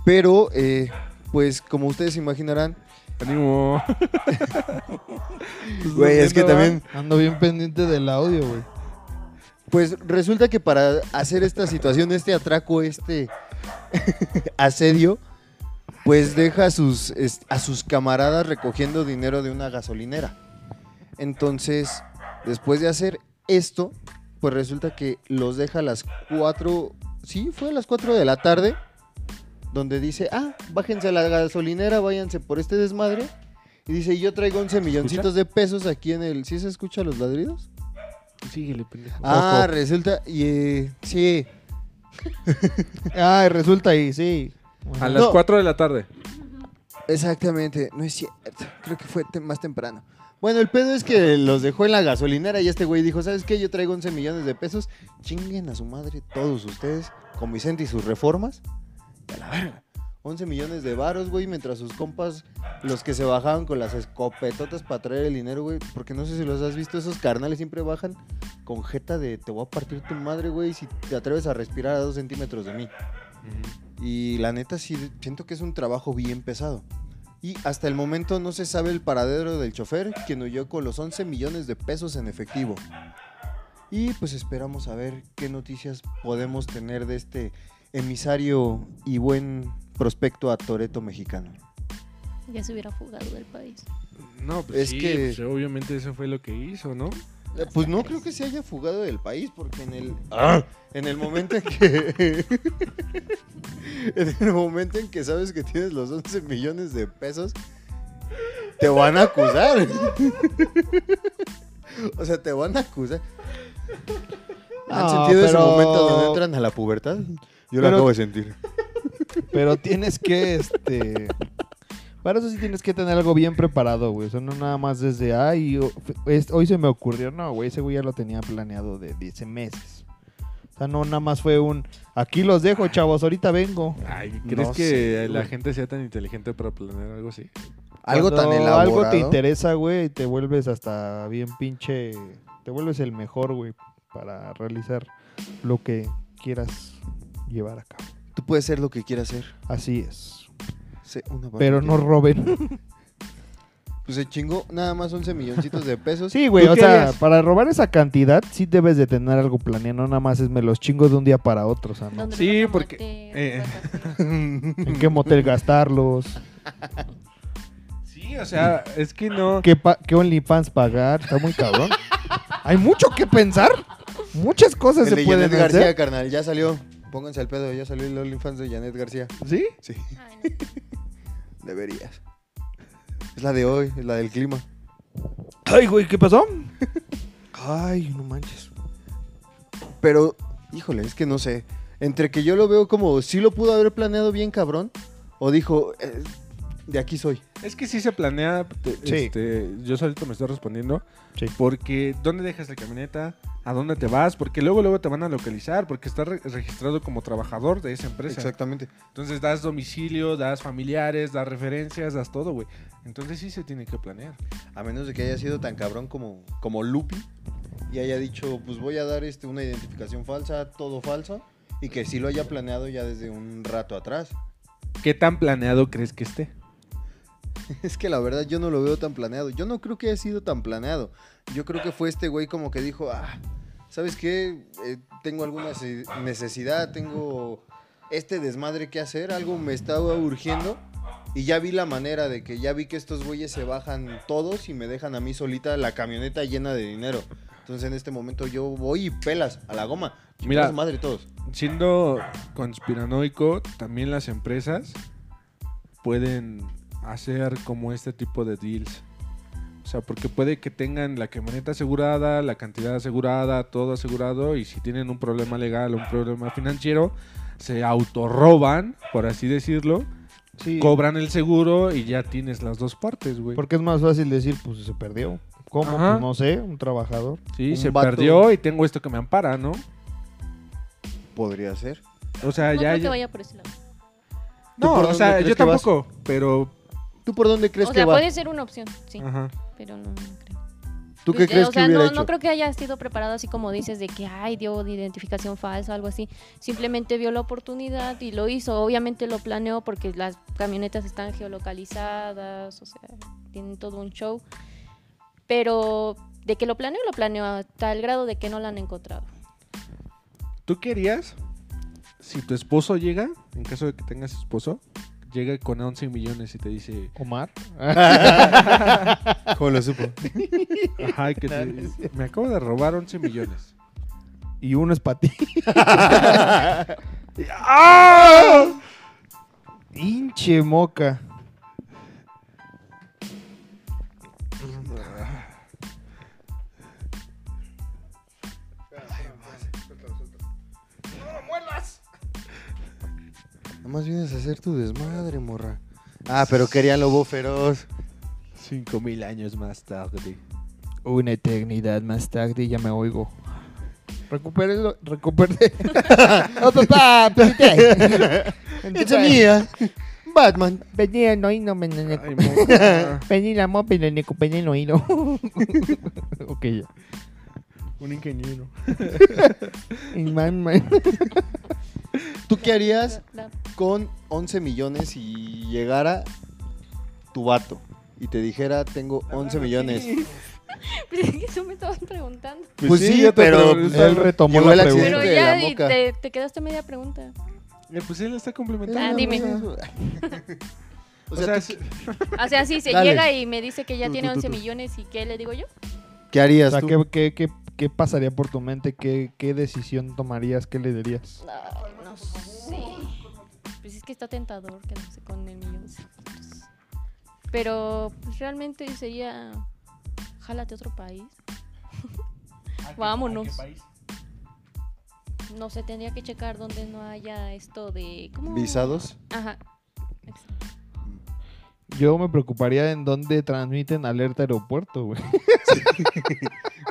Pero, eh, pues como ustedes se imaginarán, [laughs] Ánimo. Pues, güey, es que también Ando bien pendiente del audio, güey. Pues resulta que para hacer esta situación, este atraco, este [laughs] asedio, pues deja a sus, es- a sus camaradas recogiendo dinero de una gasolinera. Entonces, después de hacer esto, pues resulta que los deja a las 4, sí, fue a las 4 de la tarde, donde dice, ah, bájense a la gasolinera, váyanse por este desmadre. Y dice, yo traigo 11 milloncitos de pesos aquí en el... ¿Sí se escucha los ladridos? Síguele, pendejo. Ah, resulta. Y, eh, sí. [laughs] Ah, resulta ahí, sí. Bueno. A las No. 4 de la tarde. Exactamente, no es cierto. Creo que fue te- más temprano. Bueno, el pedo es que los dejó en la gasolinera y este güey dijo, ¿sabes qué? Yo traigo 11 millones de pesos. Chinguen a su madre todos ustedes con Vicente y sus reformas. Y a la verga. 11 millones de varos, güey, mientras sus compas, los que se bajaban con las escopetotas para traer el dinero, güey, porque no sé si los has visto, esos carnales siempre bajan con jeta de te voy a partir tu madre, güey, si te atreves a respirar a dos centímetros de mí. Mm, Y la neta sí siento que es un trabajo bien pesado. Y hasta el momento no se sabe el paradero del chofer, quien huyó con los 11 millones de pesos en efectivo. Y pues esperamos a ver qué noticias podemos tener de este emisario y buen prospecto a Toreto mexicano. Ya se hubiera fugado del país. No, pues Es sí, que- pues, obviamente eso fue lo que hizo, ¿no? Eh, Pues no creo que se haya fugado del país, porque en el, ¡Ah! en el momento en que... [laughs] en el momento en que sabes que tienes los 11 millones de pesos, te van a acusar. [laughs] o sea, te van a acusar. ¿Han No, sentido ese pero- momento donde entran a la pubertad? Yo lo acabo de sentir. Pero tienes que, este. Para eso sí tienes que tener algo bien preparado, güey. O sea, no nada más desde, ay, o- es- hoy se me ocurrió. No, güey, ese güey ya lo tenía planeado de 10 meses. O sea, no nada más fue un, aquí los dejo, chavos, ahorita vengo. Ay, ¿crees No que sé, la güey. gente sea tan inteligente para planear [laughs] algo así? Algo tan Cuando elaborado. Algo te interesa, güey, te vuelves hasta bien pinche. Te vuelves el mejor, güey, para realizar lo que quieras llevar a cabo. Tú puedes ser lo que quieras ser. Así es. Sé una Pero no barbaridad. roben. Pues se chingó nada más 11 milloncitos de pesos. Sí, güey, ¿Tú o qué sea, harías? para robar esa cantidad sí debes de tener algo planeado, no nada más es me los chingo de un día para otro, o sea, ¿no? ¿Dónde Sí, lo vas a porque- meter? eh. ¿Vas a hacer? ¿En qué motel gastarlos? Sí, o sea, es que no. ¿Qué, pa- qué OnlyFans pagar? Está muy cabrón. Hay mucho que pensar. Muchas cosas El se de pueden Janet García, hacer. carnal, ya salió. Pónganse al pedo, ya salió el OnlyFans de Janet García. ¿Sí? Sí, Ay, no. deberías. Es la de hoy, es la del clima. Ay, güey, ¿qué [laughs] pasó? Ay, no manches. Pero, híjole, es que no sé. Entre que yo lo veo como si lo pudo haber planeado bien, cabrón, o dijo, eh, de aquí soy. Es que sí se planea. te- Sí. este, yo solito me estoy respondiendo. Sí. Porque, ¿dónde dejas la camioneta? ¿A dónde te vas? Porque luego, luego te van a localizar. Porque estás re- registrado como trabajador de esa empresa. Exactamente. Entonces das domicilio, das familiares, das referencias, das todo, güey. Entonces sí se tiene que planear. A menos de que haya sido tan cabrón como, como Lupi y haya dicho, pues voy a dar este, una identificación falsa, todo falso, y que sí lo haya planeado ya desde un rato atrás. ¿Qué tan planeado crees que esté? Es que la verdad yo no lo veo tan planeado. Yo no creo que haya sido tan planeado. Yo creo que fue este güey como que dijo, ah, ¿sabes qué? Eh, tengo alguna se- necesidad, tengo este desmadre que hacer, algo me estaba urgiendo. Y ya vi la manera de que ya vi que estos güeyes se bajan todos y me dejan a mí solita la camioneta llena de dinero. Entonces en este momento yo voy y pelas a la goma. Mira. Mira, madre todos. Siendo conspiranoico, también las empresas pueden hacer como este tipo de deals. O sea, porque puede que tengan la camioneta asegurada, la cantidad asegurada, todo asegurado, y si tienen un problema legal, un problema financiero, se autorroban, por así decirlo, Sí. cobran el seguro y ya tienes las dos partes, güey. Porque es más fácil decir, pues se perdió. ¿Cómo? Ajá. Pues no sé, un trabajador. Sí, un se vato- perdió y tengo esto que me ampara, ¿no? Podría ser. O sea, no Ah, ya... creo que ya- vaya por ese lado. No, ¿Tú por o dónde sea, crees yo que vas? tampoco, pero... ¿Tú por dónde crees O sea, que va? puede ser una opción, sí, Ajá. pero no, no creo. ¿Tú qué Pues, eh, crees o sea, que hubiera no, hecho? no creo que haya sido preparado así como dices, de que, ay, dio identificación falsa o algo así. Simplemente vio la oportunidad y lo hizo. Obviamente lo planeó porque las camionetas están geolocalizadas, o sea, tienen todo un show. Pero de que lo planeó, lo planeó hasta el grado de que no la han encontrado. ¿Tú querías, si tu esposo llega, en caso de que tengas esposo, llega con 11 millones y te dice, Omar. ¿Cómo lo supo? ajá, [laughs] que te- me acabo de robar 11 millones. Y uno es para [laughs] ti. Hinche ¡Ah! moca. Nomás vienes a hacer tu desmadre, morra. Ah, pero quería lobo feroz. 5 mil años más tarde. Una eternidad más tarde ya me oigo. Recupérelo, [laughs] recupérate. oh, papá, It's a mía. Batman. Vení al oído, me Ay, pues, [laughs] Ah. moca. Vení la mopa y le necupé el oído. [laughs] ok, ya. Un ingeniero. Y man, man. ¿Tú qué harías La- [laughs] con 11 millones si llegara tu vato y te dijera, tengo Ah, 11 millones? Eso me estaban preguntando. Pues, sí, pero pues, Él retomó Llegó la el accidente. pregunta. Pero de ya la y moca. te, te quedaste media pregunta. Eh, pues él está Ah, complementando. dime. O O sea, sea, ¿tú sí- O sea, sí, se Dale. llega y me dice que ya Tú, tiene tú, tú, 11 tú. millones y ¿qué le digo yo? ¿Qué O harías sea, tú? ¿qué, qué, qué, qué pasaría por tu mente? ¿Qué, ¿Qué decisión tomarías? ¿Qué le dirías? Ay, no sé. Pues es que está tentador quedarse con el milloncito. Pero pues, realmente sería. Jálate a otro país. Vámonos. No sé, tendría que checar donde no haya esto de. ¿cómo? ¿Visados? Ajá. Exacto. Yo me preocuparía en dónde transmiten alerta aeropuerto, güey.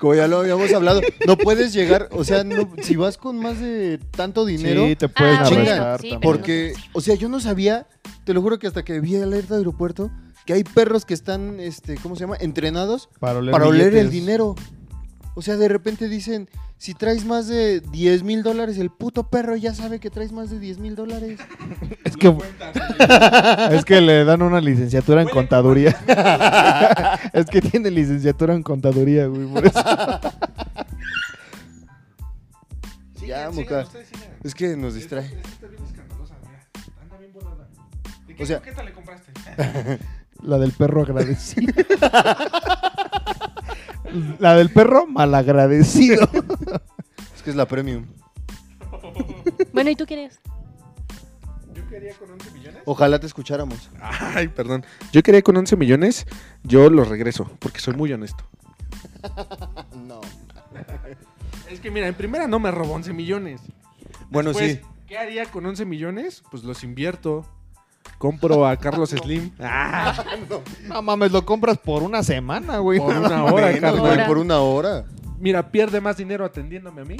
Como ya lo habíamos hablado, no puedes llegar, o sea, no- si vas con más de tanto dinero, Sí, te pueden Ah, bueno, arrestar. sí, también. pero no porque, o sea, yo no sabía, te lo juro que hasta que vi alerta de aeropuerto, que hay perros que están, este, ¿cómo se llama? Entrenados para oler, para oler el billetes. dinero. O sea, de repente dicen, si traes más de 10 mil dólares, el puto perro ya sabe que traes más de 10 mil dólares. Es que, es que le dan una licenciatura en [laughs] contaduría. es que tiene licenciatura en contaduría, güey. por eso. ya, muca. Es que nos distrae. Esta está bien escandalosa, mira. Anda bien volada. ¿De qué O sea- croqueta le compraste? La del perro agradecido. La del perro malagradecido. Es que es la premium. Bueno, ¿y tú quién [laughs] eres? Yo quería con 11 millones. Ojalá te escucháramos. Ay, perdón. Yo quería con 11 millones, yo los regreso, porque soy muy honesto. No. Es que mira, en primera no me robó 11 millones. Bueno, Pues, sí. ¿Qué haría con 11 millones? Pues los invierto. Compro [laughs] a Carlos Slim. Ah, No mames, lo compras por una semana, güey. por una hora, Menos, carnal. güey, Hora. por una hora. Mira, pierde más dinero atendiéndome a mí. [laughs]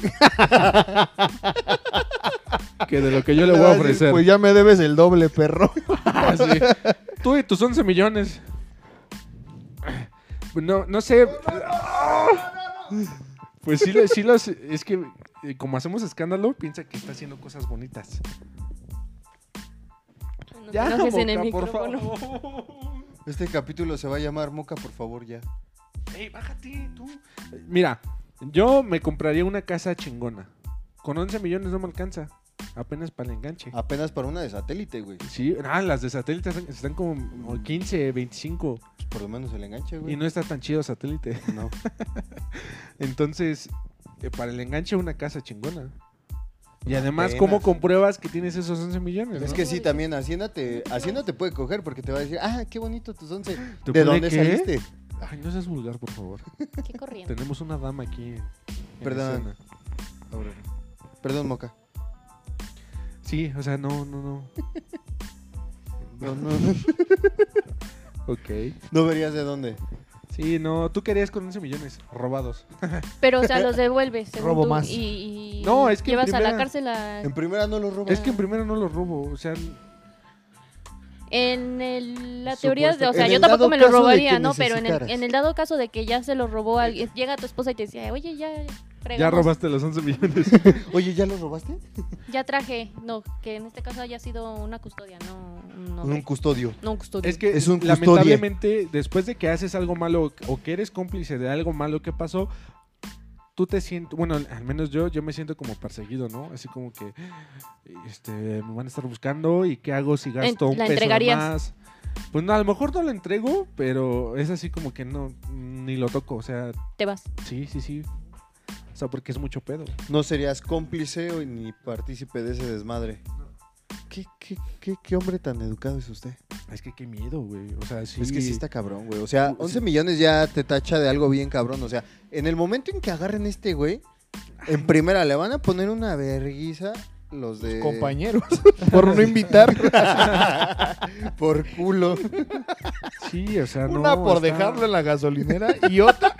que de lo que yo le voy a ofrecer. Pues ya me debes el doble, [laughs] perro. Ah, sí. Tú y tus 11 millones. Pues No, no sé. Pues sí, le- sí los... Es que eh, como hacemos escándalo, piensa que está haciendo cosas bonitas. No te enojes en el Moca, micrófono. favor. Este capítulo se va a llamar Moca, por favor, ya. Ey, bájate, tú. Eh, Mira, yo me compraría una casa chingona. Con 11 millones no me alcanza. Apenas para el enganche. Apenas para una de satélite, güey. Sí, ah, las de satélite están, están como 15, 25. Pues por lo menos el enganche, güey. Y no está tan chido satélite. [laughs] No. Entonces, eh, para el enganche una casa chingona. Y además, Apenas. ¿cómo compruebas que tienes esos 11 millones? Es no? que sí, también Hacienda te, Hacienda te puede coger porque te va a decir, ah, qué bonito tus once. ¿Te ¿De puede dónde qué? saliste? Ay, no seas vulgar, por favor. Qué corriente. Tenemos una dama aquí. en Perdón. escena. Perdón, Moca. Sí, o sea, no, no, [laughs] no. No, no, Ok. no verías de dónde. Sí, no, tú querías con 11 millones robados. Pero, o [laughs] sea, los devuelves. según Robo tú, más. Y, y No, es que en llevas a primera- la cárcel a- En primera no lo robas. Es que en primero no los robo, o sea, En el- la teoría, Supuesto. de, o sea, En yo el tampoco dado me lo caso de robaría, que ¿no? Pero en el, necesitaras. en el dado caso de que ya se lo robó alguien, llega tu esposa y te dice, oye, ya, fregamos, ya robaste los 11 [laughs] millones. Oye, ¿ya lo robaste? ya traje. No, que en este caso haya sido una custodia, no un Un hombre, custodio. no un custodio. Es que Es un custodia. lamentablemente, después de que haces algo malo o que eres cómplice de algo malo que pasó, tú te sientes, bueno, al menos yo, yo me siento como perseguido, ¿no? Así como que este, me van a estar buscando y qué hago si gasto En- un ¿la peso de entregarías? más. Pues no, a lo mejor no lo entrego, pero es así como que no, ni lo toco. O sea, Te vas. sí, sí, sí. O sea, porque es mucho pedo. No serías cómplice o ni partícipe de ese desmadre. ¿Qué, qué, qué, qué hombre tan educado es usted? Es que qué miedo, güey. O sea, sí. Es que sí está cabrón, güey. O sea, Sí. 11 millones ya te tacha de algo bien cabrón. O sea, en el momento en que agarren este güey, en primera le van a poner una verguiza los Eh, de... Compañeros. Por no invitar. [laughs] Por culo. Sí, [laughs] o sea, [laughs] no. Una por está- dejarlo en la gasolinera y otra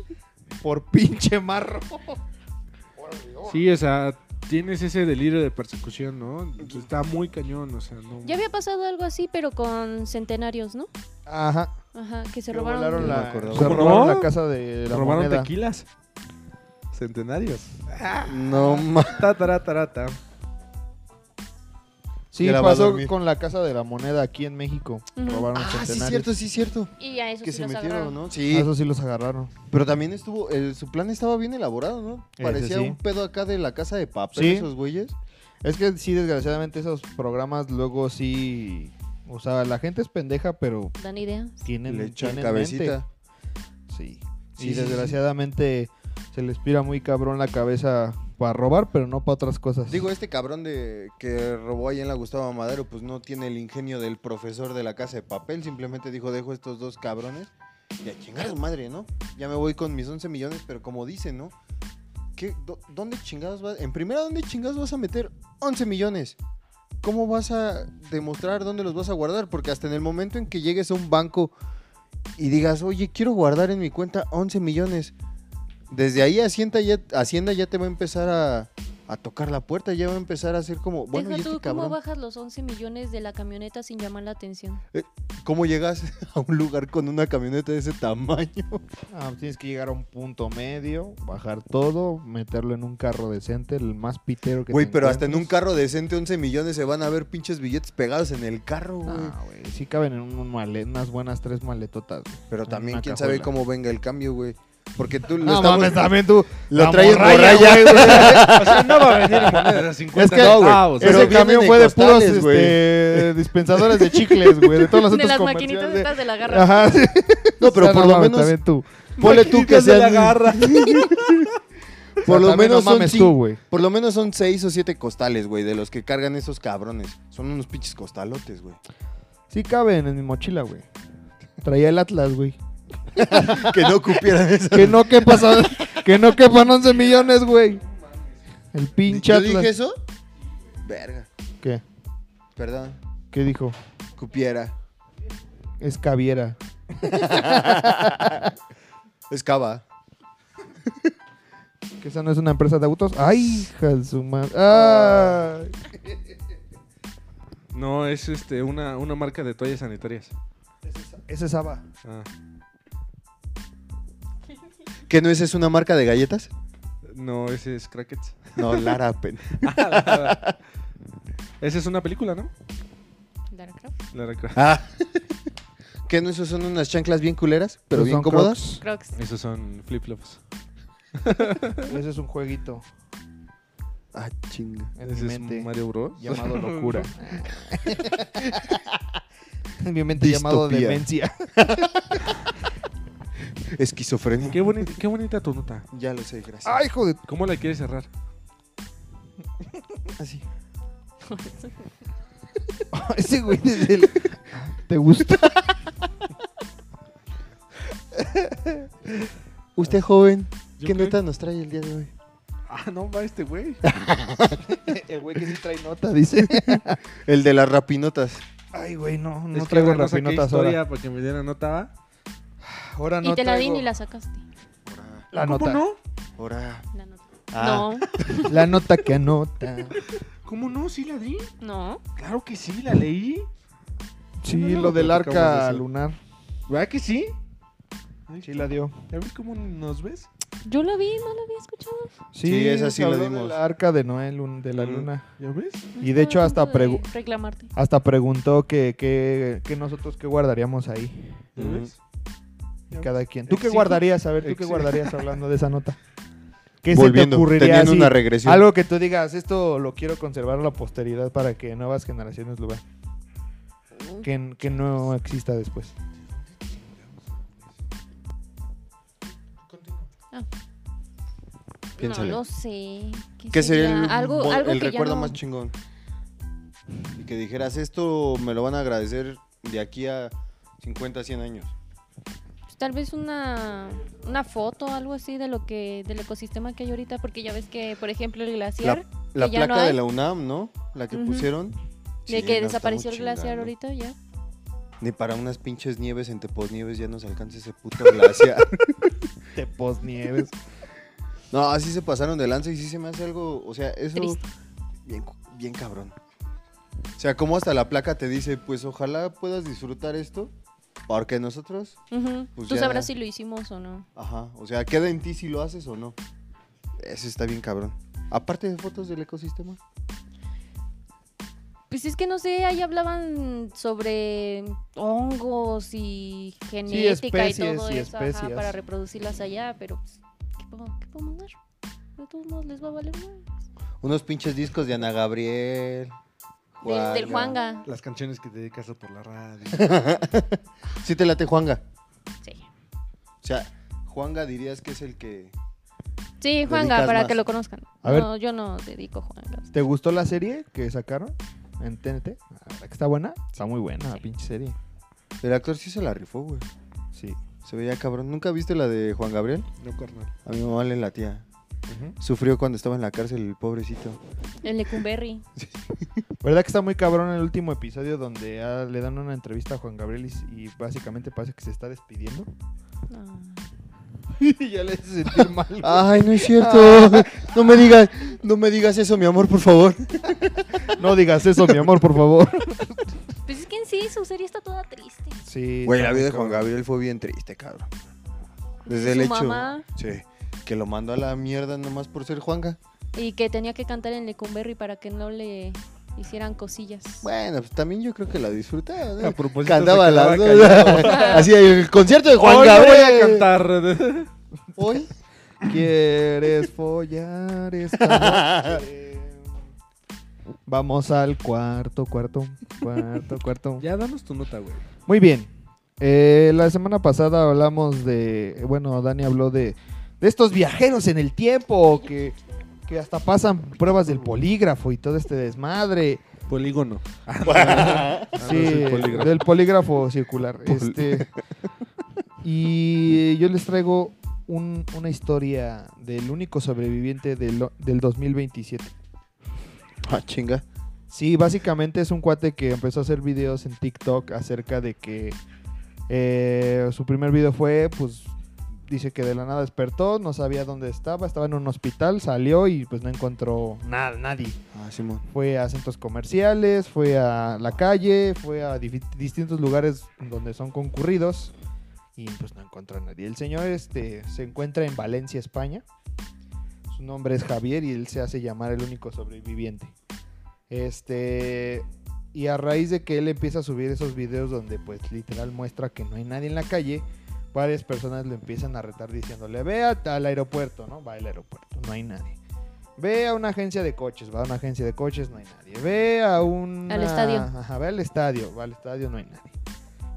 [laughs] por pinche marro. Sí, o sea, tienes ese delirio de persecución, ¿no? Está muy cañón, o sea, no. Ya había pasado algo así, pero con centenarios, ¿no? Ajá. Ajá, que Se se robaron. robaron la- la, se robaron la la casa de la robaron moneda. tequilas. Centenarios. No mames. Ah, Ta, tara, [laughs] tara, ta. Sí, Ya la va a pasó dormir. con la casa de la moneda aquí en México. Ujú. Robaron Ah, sí, centenarios. cierto, sí, cierto. Y a eso Que sí se los metieron, agarraron. ¿no? Ah, Sí. eso sí los agarraron. Pero también estuvo, el- su plan estaba bien elaborado, ¿no? Ese Parecía sí. un pedo acá de la casa de papel, Sí. esos güeyes. Es que sí, desgraciadamente esos programas luego sí... O sea, la gente es pendeja, pero Dan idea. tienen, Le echan tienen cabecita. mente. Sí. Sí, y sí, sí. desgraciadamente se les pira muy cabrón la cabeza para robar, pero no para otras cosas. Digo, este cabrón de que robó ahí en la Gustavo Madero, pues no tiene el ingenio del profesor de la casa de papel. Simplemente dijo, dejo estos dos cabrones y a chingar a su madre, ¿no? Ya me voy con mis 11 millones, pero como dice, ¿no? ¿Qué, dó- ¿Dónde chingados vas? En primera, ¿dónde chingados vas a meter 11 millones? ¿Cómo vas a demostrar dónde los vas a guardar? Porque hasta en el momento en que llegues a un banco y digas, oye, quiero guardar en mi cuenta 11 millones, desde ahí Hacienda ya, Hacienda ya te va a empezar a, a tocar la puerta, ya va a empezar a hacer como, bueno, Deja ¿y este tú, ¿cómo cabrón? bajas los 11 millones de la camioneta sin llamar la atención? ¿Cómo llegas [laughs] a un lugar con una camioneta de ese tamaño? Ah, pues tienes que llegar a un punto medio, bajar todo, meterlo en un carro decente, el más pitero que Güey, te pero hasta en un encuentres. carro decente 11 millones se van a ver pinches billetes pegados en el carro, güey. Ah, güey, sí caben en un male- unas buenas tres maletotas. güey. Pero En también una quién sabe cajuela. cómo venga el cambio, güey. Porque tú lo No estamos- mames, también tú. lo la traes morralla, morralla. güey. O sea, no va a venir monedas a 50 Es que No, güey, centavos. pero ese vienen camión en fue de puros costales, güey. este, dispensadores de chicles, güey, de todas las [laughs] De otras las maquinitas comerciales de- estas de la garra. Ajá. sí. No, [laughs] pero O sea, por lo mames, menos- también tú. Ponle tú que Maquinitas de la sean- [laughs] garra. Por lo menos son mames cin- tú, güey. Por lo menos son seis o siete costales, güey, de los que cargan esos cabrones. Son unos pinches costalotes, [laughs] güey. Sí caben en mi mochila, güey. Traía el Atlas, güey. Que no cupieran eso. Que no quepa, que no quepan 11 millones, güey. El pinche ¿Yo dije Atlas. eso? Verga. ¿Qué? Perdón. ¿Qué dijo? Cupiera. [laughs] Es caviera. Escava. Que esa no es una empresa de autos. ¡Ay, hija de su madre! ¡Ay! No, es este una, una marca de toallas sanitarias. Ese es Ava. Ah, ¿Que no esa es una marca de galletas? no, ese es Crackets. [laughs] Ah, No, Lara Pen. Esa es una película, ¿no? Lara Croft. Lara [laughs] Croft. Ah. ¿Que no esos son unas chanclas bien culeras, pero Esos bien Pues son cómodas? Crocs. Esos son flip-flops. Crocs. Ese es un jueguito [laughs] Ah, chinga. en mi Ese es mente Mario Bros. [laughs] llamado locura. en mi mente llamado Distopía. demencia. Esquizofrenia. Qué bonita, qué bonita tu nota. Ya lo sé, gracias. ¡Ay, hijo de... ¿Cómo la quieres cerrar? Así. [laughs] Ese güey es el... ¿Te gusta? Usted joven, Yo ¿qué creo- nota nos trae el día de hoy? Ah, no, va este güey. El güey que sí trae nota, dice. El de las rapinotas. Ay, güey, no, [laughs] no Es que traigo una cosa, ¿qué rapinotas historia ahora. para que me dieran nota, ¿va? [sighs] Ah, Ahora no y te la di traigo ni la sacaste. Ora, la ¿Cómo nota. no? ora. La nota. Ah. La nota que anota. ¿Cómo no? ¿Sí la di? No, no. Claro que sí, la leí. Sí, No, no, lo no del platicamos de arca eso. lunar. ¿Verdad que sí? Sí, la dio. ¿Ya ves cómo nos ves? Yo la vi, no la había escuchado. Sí, esa sí se la habló de dimos. la arca de Noé, lun- de la Ujú. luna. ¿Ya ves? Y de hecho Estaba a hasta punto de pregu- Reclamarte. Hasta preguntó que, que- que nosotros qué guardaríamos ahí. ¿Ya Ujú. ves? ¿Ya Cada quien. ¿Tú qué Exige- guardarías? A ver, ¿tú qué exige- guardarías hablando de esa nota? ¿Qué se te Volviendo, ocurriría teniendo así? una regresión. Algo que tú digas, esto lo quiero conservar a la posteridad para que nuevas generaciones lo vean. Que, que no exista después. Piénsale. No, no sé. ¿Qué, ¿Qué sería el, algo, bo- algo el que ya recuerdo no- más chingón? Y que dijeras, esto me lo van a agradecer de aquí a 50, 100 años. pues, Tal vez una, una foto, algo así de lo que del ecosistema que hay ahorita, porque ya ves que, por ejemplo, el glaciar, La, la que ya no placa de hay. la UNAM, ¿no? La que Ujú. pusieron. Sí, de no, que está desapareció muy el glaciar chingón, ¿no? ahorita ya. Ni para unas pinches nieves en Teposnieves ya nos alcanza ese puto [laughs] glaciar. Te posnieves. no, así se pasaron de lanza y sí se me hace algo, o sea, eso Triste. bien, cu- bien cabrón. O sea, como hasta la placa te dice, pues ojalá puedas disfrutar esto, porque nosotros, Ujú. Pues Tú ya- sabrás si lo hicimos o no. ajá, o sea, queda en ti si lo haces o no. Eso está bien cabrón. Aparte de fotos del ecosistema. Pues es que no sé, ahí hablaban sobre hongos y genética y especies todo y eso ajá, especies. para reproducirlas allá, pero pues, ¿qué puedo, qué puedo mandar? De todos modos les va a valer más. Unos pinches discos de Ana Gabriel. Del, del Este, Juanga. Las canciones que te dedicas por [laughs] la radio. Sí te late Juanga. Sí. O sea, Juanga dirías que es el que... Sí, Juanga, Dedicas para más. que lo conozcan. A ver. No, yo no dedico Juanga. [laughs] ¿Te gustó la serie que sacaron en TNT? Ah, La verdad que ¿Está buena? Está muy buena la pinche serie. El actor sí se la rifó, güey. Sí. Se veía cabrón. ¿Nunca viste la de Juan Gabriel? No, carnal. A mi mamá le latía. Sufrió cuando estaba en la cárcel el [laughs] pobrecito. El Lecumberri. ¿Verdad que está muy cabrón el último episodio donde ah, le dan una entrevista a Juan Gabriel y, s- y básicamente parece que se está despidiendo? No. [laughs] y ya le hace sentir mal. güey. Ay, no es [laughs] cierto. No me digas, no me digas eso, mi amor, por favor. No digas eso, mi amor, por [laughs] favor. Pues es que en sí su serie está toda triste. Sí. Güey, está la muy vida de Juan cabrón. Gabriel fue bien triste, cabrón. Desde el Su hecho. mamá. Sí. Que lo mandó a la mierda nomás por ser Juanga. Y que tenía que cantar en Lecumberri para que no le hicieran cosillas. Bueno, pues también yo creo que la disfrutaba. A ¿no? propósito, Cantaba pues, se quedaba las dos. [laughs] Así el concierto de Juan Hoy no Gabriel. voy [laughs] a cantar. Hoy. ¿Quieres follar [laughs] esta noche? Vamos al cuarto, cuarto, cuarto, cuarto. ya danos tu [laughs] nota, [laughs] güey. Muy bien. Eh, la semana pasada hablamos de. Bueno, Dani habló de, de estos viajeros en el tiempo que, que hasta pasan pruebas del polígrafo y todo este desmadre. Polígono. Ah, Sí, [laughs] [laughs] del polígrafo circular. Este, [laughs] y yo les traigo un- una historia del único sobreviviente del, del 2027. Ah, chinga. Sí, básicamente es un cuate que empezó a hacer videos en TikTok acerca de que eh, su primer video fue, pues, dice que de la nada despertó, no sabía dónde estaba, estaba en un hospital, salió y pues no encontró nada, nadie. Ah, Simón. Fue a centros comerciales, fue a la calle, fue a difi- distintos lugares donde son concurridos y pues no encontró a nadie. El señor este, se encuentra en Valencia, España. Su nombre es Javier y él se hace llamar el único sobreviviente. Este y a raíz de que él empieza a subir esos videos donde pues literal muestra que no hay nadie en la calle, varias personas le empiezan a retar diciéndole, "Ve a- al aeropuerto", ¿no? Va al aeropuerto, no hay nadie. Ve a una agencia de coches, va a una agencia de coches, no hay nadie. Ve a un. Al estadio. Ajá, ve al estadio, va al estadio, no hay nadie.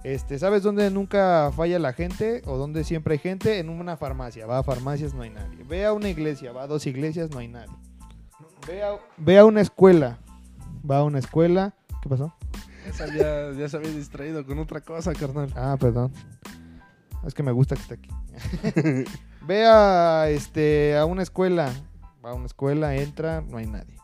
Este, ¿sabes dónde nunca falla la gente o dónde siempre hay gente? En una farmacia, va a farmacias, no hay nadie. Ve a una iglesia, va a dos iglesias, no hay nadie. Ve a, ve a una escuela, va a una escuela. ¿Qué pasó? Ya, ya se había distraído con otra cosa, carnal. Ah, perdón. Es que me gusta que esté aquí. Ve a, este, a una escuela. Va a una escuela, entra, no hay nadie.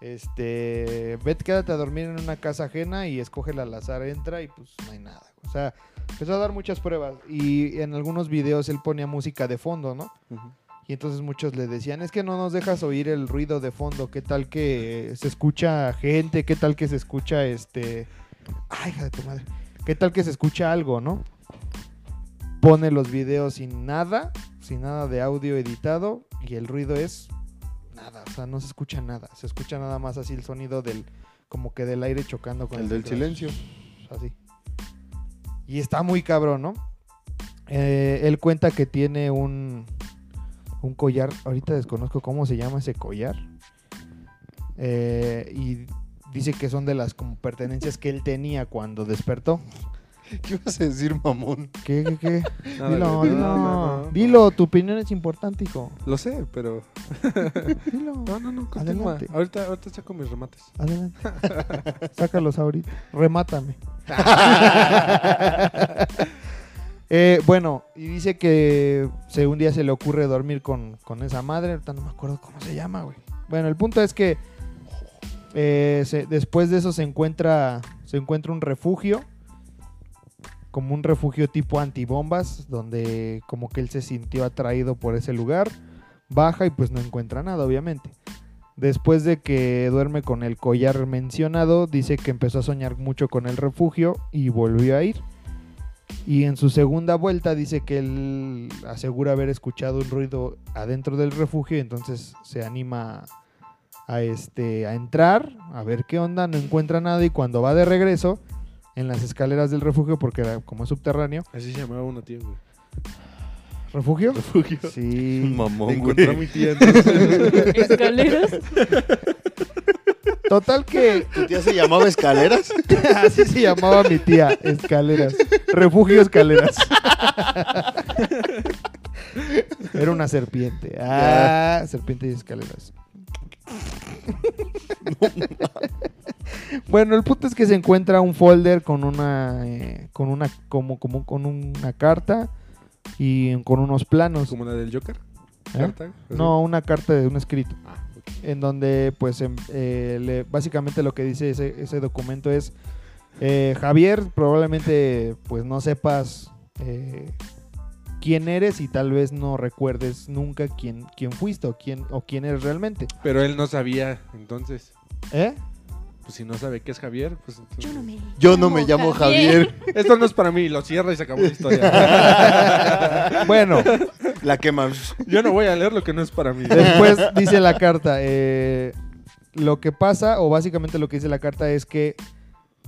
Este, vete, quédate a dormir en una casa ajena y escógela al azar, entra y pues no hay nada. O sea, empezó a dar muchas pruebas y en algunos videos él ponía música de fondo, ¿no? Y entonces muchos le decían, es que no nos dejas oír el ruido de fondo, qué tal que se escucha gente, qué tal que se escucha este... Ay, hija de tu madre. ¿Qué tal que se escucha algo, no? Pone los videos sin nada, sin nada de audio editado y el ruido es nada, o sea, no se escucha nada. Se escucha nada más así el sonido del, como que del aire chocando con El del micrófono. silencio. [laughs] pues, Así. Y está muy cabrón, ¿no? Eh, él cuenta que tiene un, un collar, ahorita desconozco cómo se llama ese collar. Eh, y dice que son de las como pertenencias que él tenía cuando despertó. ¿Qué ibas a decir, mamón? ¿Qué, qué, qué? Nada, dilo, güey. dilo. [laughs] No, no, no. Dilo, tu opinión es importante, hijo. Lo sé, pero. Dilo. No, no, no, continúa. Adelante. Ahorita, ahorita saco mis remates. Adelante. [laughs] Sácalos ahorita. Remátame. [laughs] Eh, bueno, y dice que se, un día se le ocurre dormir con, con esa madre. Ahorita no me acuerdo cómo se llama, güey. Bueno, el punto es que eh, se- después de eso se encuentra, se encuentra un refugio. Como un refugio tipo antibombas, donde como que él se sintió atraído por ese lugar. Baja y pues no encuentra nada, obviamente. Después de que duerme con el collar mencionado, dice que empezó a soñar mucho con el refugio y volvió a ir. Y en su segunda vuelta dice que él asegura haber escuchado un ruido adentro del refugio y entonces se anima a, este, a entrar, a ver qué onda, no encuentra nada y cuando va de regreso en las escaleras del refugio, porque era como es subterráneo, Así se llamaba uno, tío, güey. refugio. Refugio. [laughs] Sí. Mamón, Encontré a mi tía, entonces. [laughs] Escaleras. [laughs] Total que ¿Tu tía se llamaba Escaleras? [laughs] Así se llamaba mi tía, escaleras. Refugio [laughs] escaleras. Era una serpiente. Ah, serpiente y escaleras. bueno, el punto es que se encuentra un folder con una, eh, con una, como, como con una carta y con unos planos. [laughs] Como la del Joker. ¿eh? Carta, así. No, una carta de un escrito. Pues Ah, ok. En donde, pues, em- eh, le- básicamente lo que dice ese, ese documento es, eh, Javier, probablemente, pues, no sepas eh, quién eres y tal vez no recuerdes nunca quién, quién fuiste o quién, o quién eres realmente. Pero él no sabía, entonces. [laughs] ¿Eh? [laughs] Pues si no sabe qué es Javier, pues entonces. Yo no me. Yo no me llamo Javier. Esto no es para mí, lo cierra y se acabó la [laughs] historia. Bueno, La queman. Yo no voy a leer lo que no es para mí. Después dice la carta, eh, lo que pasa, o básicamente lo que dice la carta es que,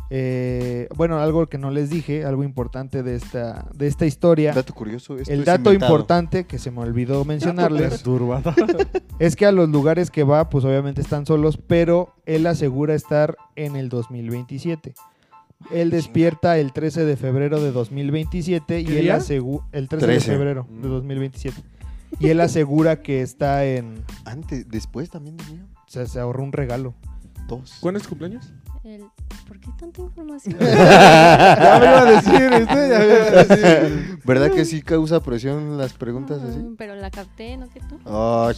eh, bueno, algo que no les dije, algo importante de esta, de esta historia, Dato curioso. esto el es dato inventado. importante que se me [laughs] olvidó mencionarles, Perturbada. [laughs] es que a los lugares que va, pues obviamente están solos, pero él asegura estar en el 2027. Él despierta el 13 de febrero de 2027 y ¿Qué él día? Mm. asegura el 13, Trece. de febrero de 2027 y él asegura que está en Antes, después también tenía se, se ahorró un regalo. dos. ¿Cuándo es tu cumpleaños? El- ¿Por qué [laughs] tanta información? [laughs] ya me iba a decir, este, ya me iba a decir. [laughs] ¿Verdad que sí causa presión las preguntas así? Mm, Pero la capté, ¿no? que tú? Ach,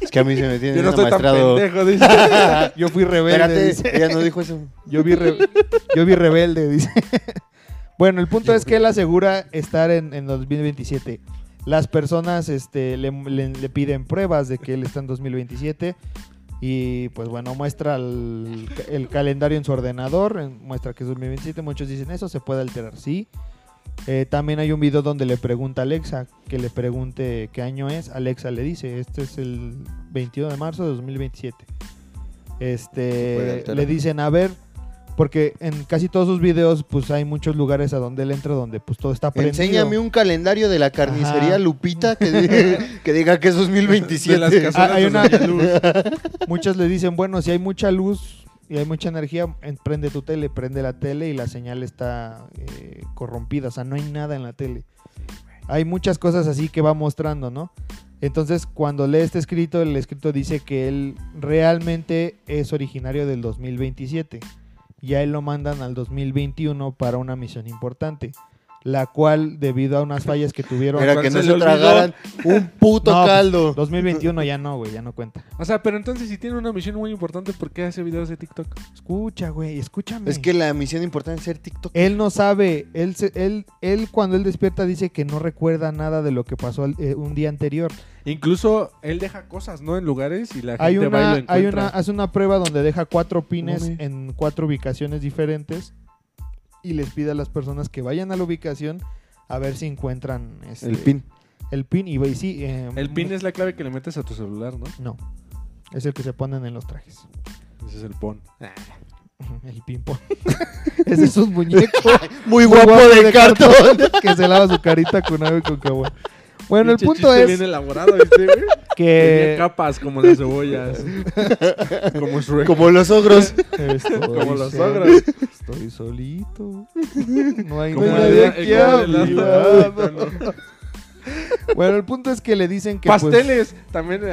es que a mí se me tiene Yo no bien estoy tan amaestrado. pendejo, dice. Yo fui rebelde. dice. Espérate, ella no dijo eso. Yo vi, [laughs] re- [laughs] yo vi rebelde, dice. Bueno, el punto es que él asegura estar en, en 2027. Las personas este, le, le- le piden pruebas de que él está en 2027. Y pues bueno, muestra el, el calendario en su ordenador, en- muestra que es 2027. Muchos dicen eso, se puede alterar, sí. Eh, también hay un video donde le pregunta a Alexa, que le pregunte qué año es. Alexa le dice, este es el 21 de marzo de 2027. Se puede Este, alterar. le dicen, a ver, porque en casi todos sus videos, pues hay muchos lugares a donde él entra donde pues todo está prendido. Enséñame un [laughs] calendario de la carnicería Ajá. Lupita que, [laughs] di- que diga que es 2027. De las cazuelas Ah, hay de una- [laughs] Doña Luz. Muchos le dicen, bueno, si hay mucha luz y hay mucha energía, en- prende tu tele, prende la tele y la señal está eh, corrompida, o sea, no hay nada en la tele. Hay muchas cosas así que va mostrando, ¿no? Entonces, cuando lee este escrito, el escrito dice que él realmente es originario del 2027. Ya él lo mandan al 2021 para una misión importante. la cual debido a unas fallas que tuvieron... [laughs] Era ¿cuál que se no le se olvidó? tragaran un puto No, pues, caldo. 2021 ya no, güey, ya no cuenta. O sea, pero entonces si tiene una misión muy importante, ¿por qué hace videos de TikTok? Escucha, güey, escúchame. Es que la misión importante es ser TikTok. Él no sabe, él, se- él, él cuando él despierta dice que no recuerda nada de lo que pasó al- eh, un día anterior. Incluso él deja cosas, ¿no? En lugares y la gente Hay va y lo una, encuentra. hay una, hace una prueba donde deja cuatro pines Mami. en cuatro ubicaciones diferentes y les pide a las personas que vayan a la ubicación a ver si encuentran este, El pin. El pin y, y sí. eh, El pin es la clave que le metes a tu celular, ¿no? No, es el que se ponen en los trajes. [laughs] Ese es el pon. El pin pong. [laughs] Ese es un muñeco. Muy guapo, de, cartón. [laughs] que se lava su carita con agua y con caguama. Bueno, el Pinche punto chiste es Eh, bien elaborado, [laughs] ¿viste, güey? Tenía que capas como [laughs] las cebollas. como Shrek. Como los ogros. Estoy Como los solo, ogros. este, Estoy solito. No hay Como nadie el- el- aquí Ah, a el- mi el- lado. el- el- Bueno, el punto es que le dicen que pues, Pasteles. También, [laughs] no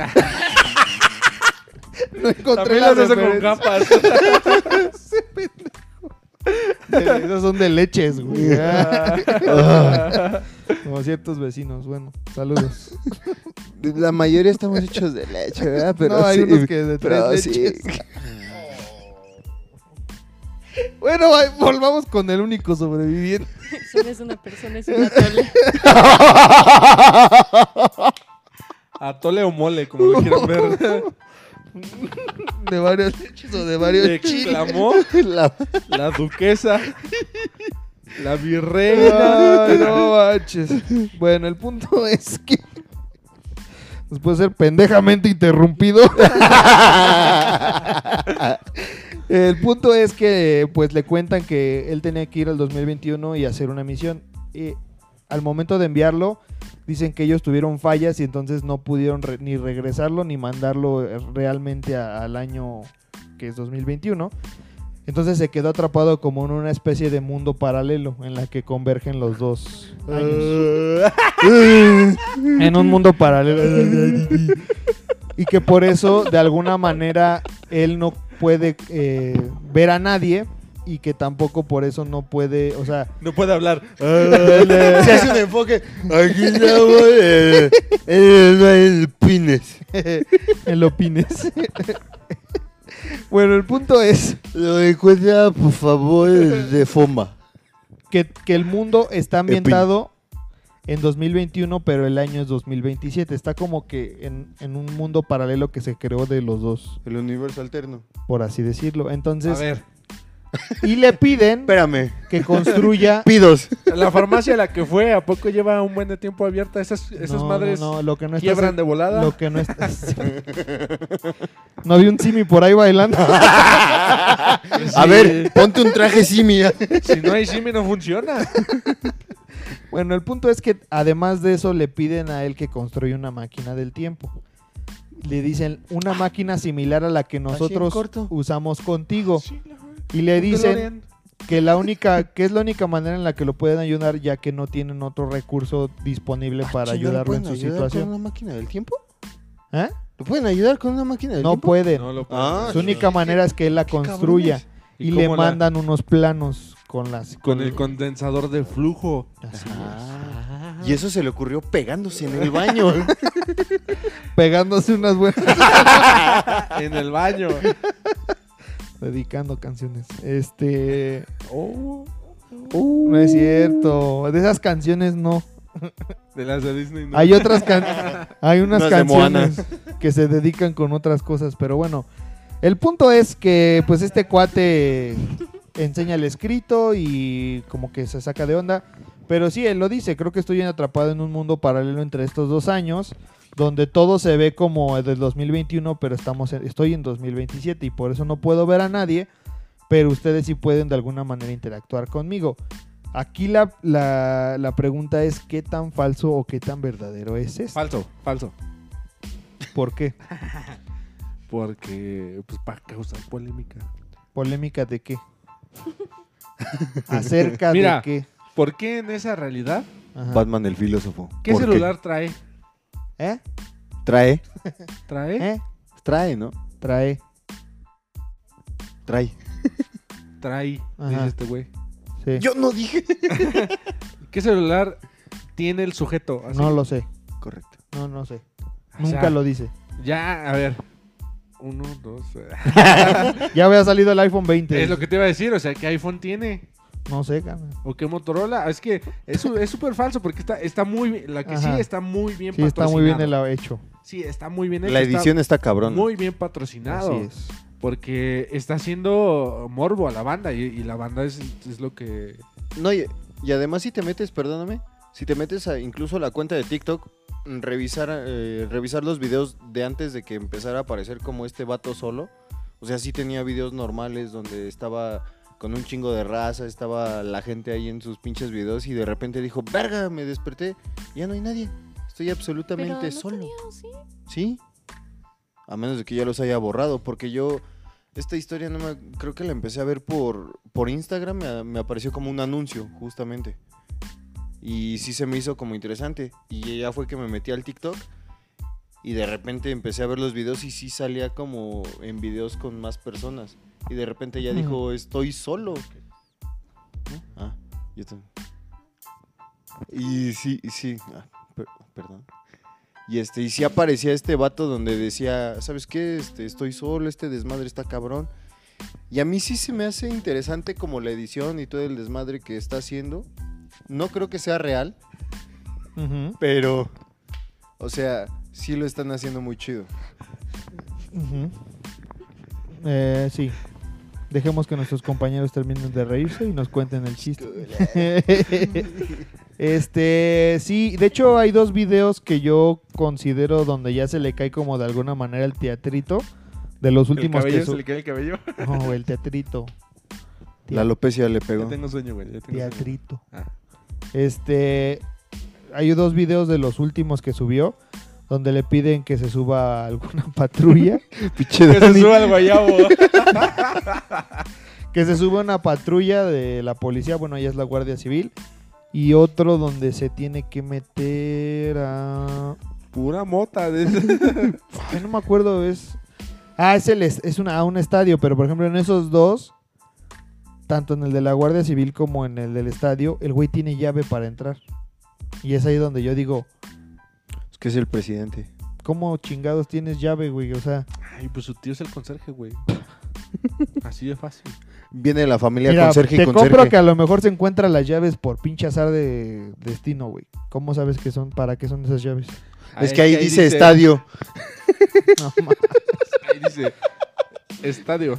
encontré también las las hace con referencias. capas. [laughs] Eh, Esas son de leches, [laughs] güey. Ah. Como ciertos vecinos. Bueno, saludos. La mayoría estamos hechos de leche, ¿verdad? Pero no, hay sí, unos que de pero tres sí. leches. [laughs] Bueno, ay, volvamos con el único [laughs] sobreviviente. Si no es una persona, es una tole. Atole o mole, como lo [laughs] quieran ver. De varias leches o de varios chiles. Exclamó [laughs] La- la duquesa. La virreina. [laughs] Ay, no manches. Bueno, el punto [laughs] es que. Después de ser pendejamente interrumpido. [laughs] el punto es que, pues, le cuentan que él tenía que ir al 2021 y hacer una misión. Y al momento de enviarlo, dicen que ellos tuvieron fallas y entonces no pudieron re- ni regresarlo ni mandarlo eh, realmente a- al año que es 2021. Entonces se quedó atrapado como en una especie de mundo paralelo en la que convergen los dos años. en un mundo paralelo. y que por eso, de alguna manera, él no puede eh, ver a nadie y que tampoco por eso no puede, o sea, [laughs] No puede hablar. Se hace un enfoque. Aquí estamos eh, en el pines. el opines. [laughs] bueno, el punto es Lo encuentra, por favor, de Fomba. que, que el mundo está ambientado en 2021, pero el año es 2027. Está como que en, en un mundo paralelo que se creó de los dos, El universo alterno. por así decirlo. A Entonces, ver, y le piden Espérame. que construya... [laughs] Pidos. la farmacia a la que fue, ¿a poco lleva un buen de tiempo abierta? Esas, [laughs] esas No, madres no, no, lo que no está quiebran de volada. Lo que no está... [laughs] no vi un simi por ahí bailando. A ver, ponte un traje simia. Si no hay Jimmy no funciona. Bueno, el punto es que además de eso le piden a él que construya una máquina del tiempo. Le dicen una máquina similar a la que nosotros corto. usamos contigo. Y le dicen que la única, que es la única manera en la que lo pueden ayudar, ya que no tienen otro recurso disponible [laughs] Ah, para ayudarlo en su ¿Con situación. una máquina del tiempo? ¿Eh? ¿Lo pueden ayudar con una máquina del No tiempo? pueden. No lo puedo. Ah, Su única manera es que él la construya. Y, le cómo la- mandan unos planos con las. Con el condensador de flujo. Así Ah, y eso se le ocurrió pegándose en el baño. es. Pegándose unas buenas. En el baño. Dedicando canciones. Este. uh, Oh, No es cierto. De esas canciones no. de las de Disney. no. Hay otras can- hay unas Las de Moana. canciones que se dedican con otras cosas, pero bueno. El punto es que pues este cuate enseña el escrito y como que se saca de onda, pero sí él lo dice, creo que estoy atrapado en un mundo paralelo entre estos dos años donde todo se ve como el del 2021, pero estamos en- estoy en 2027 y por eso no puedo ver a nadie, pero ustedes sí pueden de alguna manera interactuar conmigo. Aquí la, la- la pregunta es qué tan falso o qué tan verdadero es esto. Falso, falso. ¿Por qué? Porque, pues, para causar polémica. ¿Polémica de [laughs] qué? ¿Acerca de Mira. qué? ¿Por qué en esa realidad? Ajá. [laughs] Batman el filósofo. ¿Qué ¿Por celular trae? ¿Eh? Trae. ¿Trae? ¿Eh? Trae, ¿no? Trae. Trae. Trae, Ajá. dice este güey. Sí. Yo no dije. ¿Qué celular tiene el sujeto? Así. No lo sé. Correcto. No, no sé. O sea, Nunca lo dice. Ya, a ver. Uno, dos. eh. Ya había salido el iPhone 20. Es lo que te iba a decir, o sea, ¿qué iPhone tiene? No sé, cabrón. ¿O qué Motorola? Es que es su- es súper falso porque está, está muy bien. La que Ajá. sí está muy bien Sí, está muy bien el patrocinado. hecho. Sí, está muy bien hecho, La edición está está cabrón. muy bien patrocinado. Así es. Porque está haciendo morbo a la banda y, y la banda es, es lo que... No, y, y además si te metes, perdóname, si te metes a incluso a la cuenta de TikTok, mm, revisar, eh, revisar los videos de antes de que empezara a aparecer como este vato solo. O sea, sí tenía videos normales donde estaba con un chingo de raza, estaba la gente ahí en sus pinches videos y de repente dijo, verga, me desperté, ya no hay nadie, estoy absolutamente Pero no solo. tenía, sí. ¿Sí? A menos de que ya los haya borrado, porque yo esta historia no me, creo que la empecé a ver por, por Instagram, me, me apareció como un anuncio, justamente. Y sí se me hizo como interesante. Y ya fue que me metí al TikTok y de repente empecé a ver los videos y sí salía como en videos con más personas. Y de repente ya dijo, estoy solo. ¿No? Ah, yo también. Y sí, y sí, ah, per- perdón. Y este, y sí aparecía este vato donde decía, ¿sabes qué? Este, estoy solo, este desmadre está cabrón. Y a mí sí se me hace interesante como la edición y todo el desmadre que está haciendo. No creo que sea real, Ujú, pero, o sea, sí lo están haciendo muy chido. ujú. Eh, sí. Dejemos que nuestros compañeros terminen de reírse y nos cuenten el chiste. [laughs] este, sí, de hecho hay dos videos que yo considero donde ya se le cae como de alguna manera el teatrito de los El últimos cabello, que se su- le cae el cabello. No, el teatrito. La alopecia le Ya pegó. [laughs] tengo sueño, güey. ya tengo sueño. Teatrito. Ah. Este. Hay dos videos de los últimos que subió. Donde le piden que se suba a alguna [laughs] patrulla. [laughs] Pinche Que se Dani. suba al guayabo. [laughs] que se suba una patrulla de la policía. Bueno, ya es la Guardia Civil. Y otro donde se tiene que meter a. Pura mota. de- Ay, no me acuerdo, es. Ah, es, el es, es una, a un estadio, pero por ejemplo en esos dos, tanto en el de la Guardia Civil como en el del estadio, el güey tiene llave para entrar. Y es ahí donde yo digo, Es que es el presidente. ¿cómo chingados tienes llave, güey? O sea, Ay, pues su tío es el conserje, güey. Así de fácil. Viene la familia mira, con Sergio y te con compro que a lo mejor se encuentran las llaves por pinche azar de destino, güey. ¿Cómo sabes que son, para qué son esas llaves? Es que ahí, dice estadio. [laughs] No, ma- Ahí dice estadio.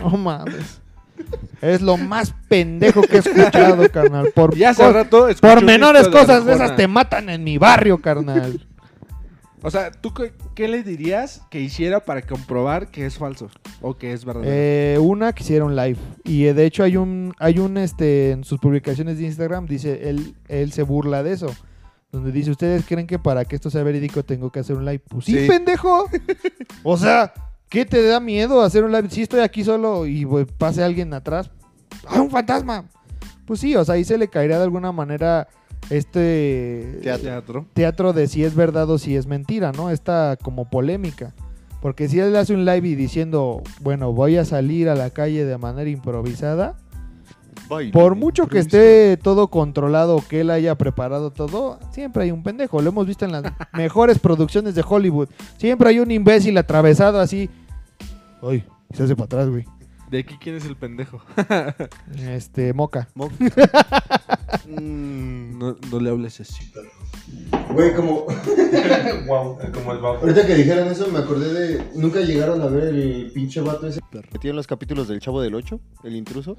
no mames. Es lo más pendejo que he escuchado, carnal. Por, Ya hace cos- rato. escuché por un menores disco de cosas de Arjona. esas te matan en mi barrio, carnal. O sea, ¿tú qué, qué le dirías que hiciera para comprobar que es falso o que es verdadero? Eh, una que hicieron live. Y eh, de hecho hay un, hay un este, en sus publicaciones de Instagram, dice, él, él se burla de eso. Donde dice, ¿ustedes creen que para que esto sea verídico tengo que hacer un live? Pues sí, Sí. pendejo. o sea, ¿qué te da miedo hacer un live? Si estoy aquí solo y pues, pase alguien atrás. ¡Ah, un fantasma! Pues sí, o sea, ahí se le caería de alguna manera este Teatro. Teatro. teatro de si es verdad o si es mentira, ¿no? Esta como polémica. Porque si él hace un live y diciendo, bueno, voy a salir a la calle de manera improvisada, por mucho que esté todo controlado o que él haya preparado todo, siempre hay un pendejo. Lo hemos visto [laughs] en las mejores producciones de Hollywood. Siempre hay un imbécil atravesado así. Uy, se hace para atrás, güey. De aquí, ¿quién es el pendejo? Este, moca. [laughs] Mo- Mm, No, no le hables así. Güey, como. Wow, como el vato. Ahorita que dijeron eso, me acordé de. Nunca llegaron a ver el pinche vato ese. ¿Metieron los capítulos del Chavo del 8? ¿El intruso?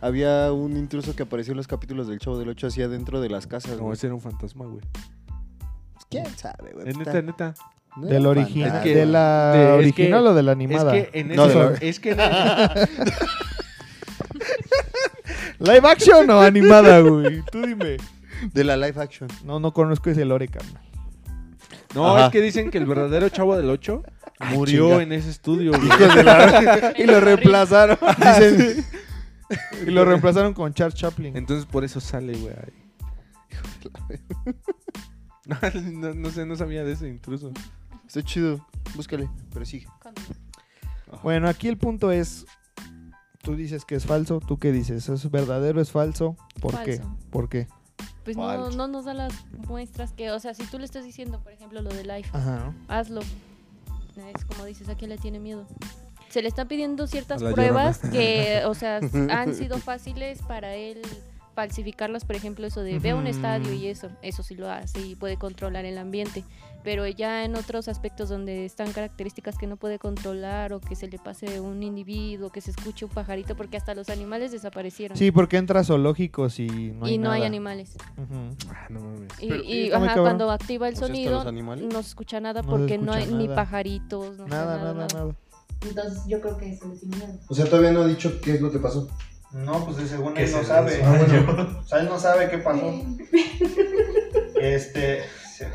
Había un intruso que apareció en los capítulos del Chavo del 8 así adentro de las casas. No, güey. ese era un fantasma, güey. ¿Quién sabe, güey? Es Está- neta, neta. no era Del un original. fantasma. que- ¿De la de- es que- original o de la animada? Es que en ese. No, de la- es que en ese- [laughs] ¿Live action [laughs] o animada, güey? Tú dime. De la live action. No, no conozco ese lore, carnal. no, Ajá. es que dicen que el verdadero chavo del 8 Ah, murió chinga. en ese estudio, güey. [laughs] y lo reemplazaron. Dicen- y lo reemplazaron con Charles Chaplin. Entonces por eso sale, güey. ahí. No, [laughs] no, no sé, no sabía de ese intruso. Está chido. Búscale, pero sigue. Bueno, aquí el punto es Tú dices que es falso, tú qué dices, es verdadero, es falso. ¿Por qué? Falso. ¿Por qué? Pues no, no nos da las muestras que, o sea, si tú le estás diciendo, por ejemplo, lo del iPhone, Ajá. hazlo. Es como dices, ¿a quién le tiene miedo? Se le están pidiendo ciertas A la pruebas que, o [laughs] sea, han sido fáciles para él falsificarlas, por ejemplo, eso de ve a un estadio y eso, eso sí lo hace y puede controlar el ambiente, pero ya en otros aspectos donde están características que no puede controlar o que se le pase un individuo, que se escuche un pajarito, porque hasta los animales desaparecieron Sí, porque entra a zoológicos y no hay y no hay nada. animales. Ujú. Ah, no mames. Y, Pero- y, está muy ajá, cabrón. cuando activa el Pues, ¿hasta sonido, los animales? no se escucha nada No se porque no escucha hay ni nada. pajaritos, no se Nada, nada, nada, nada. Entonces yo creo que eso le tiene miedo. O sea, todavía no ha dicho qué es lo que pasó. No, pues de según ¿Qué él es no eso? sabe. Ah, bueno. O sea, él no sabe qué pasó. Este. se-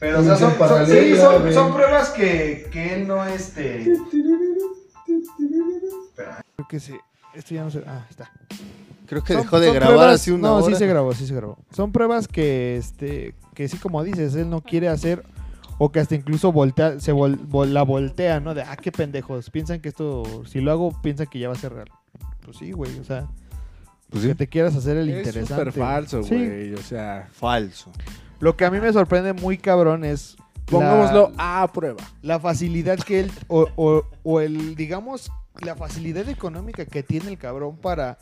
Pero, o sea, son, son- sí, son, son pruebas que, que él no, este. Creo que sí. Esto ya no se. Ah, está. Creo que Son- dejó de son grabar pruebas- hace una no, hora. sí se grabó, sí se grabó. Son pruebas que, este, que sí, como dices, él no quiere hacer o que hasta incluso voltea, se vol- vol- la voltea, ¿no? De, ah, qué pendejos. Piensan que esto, si lo hago, piensan que ya va a ser real. Pues sí, güey, o sea, Pues que te quieras hacer el Es interesante. súper falso, Sí. güey. O sea, Falso. Lo que a mí me sorprende muy cabrón es... la- pongámoslo a prueba. la facilidad que él, o, o- o el, digamos, la facilidad económica que tiene el cabrón para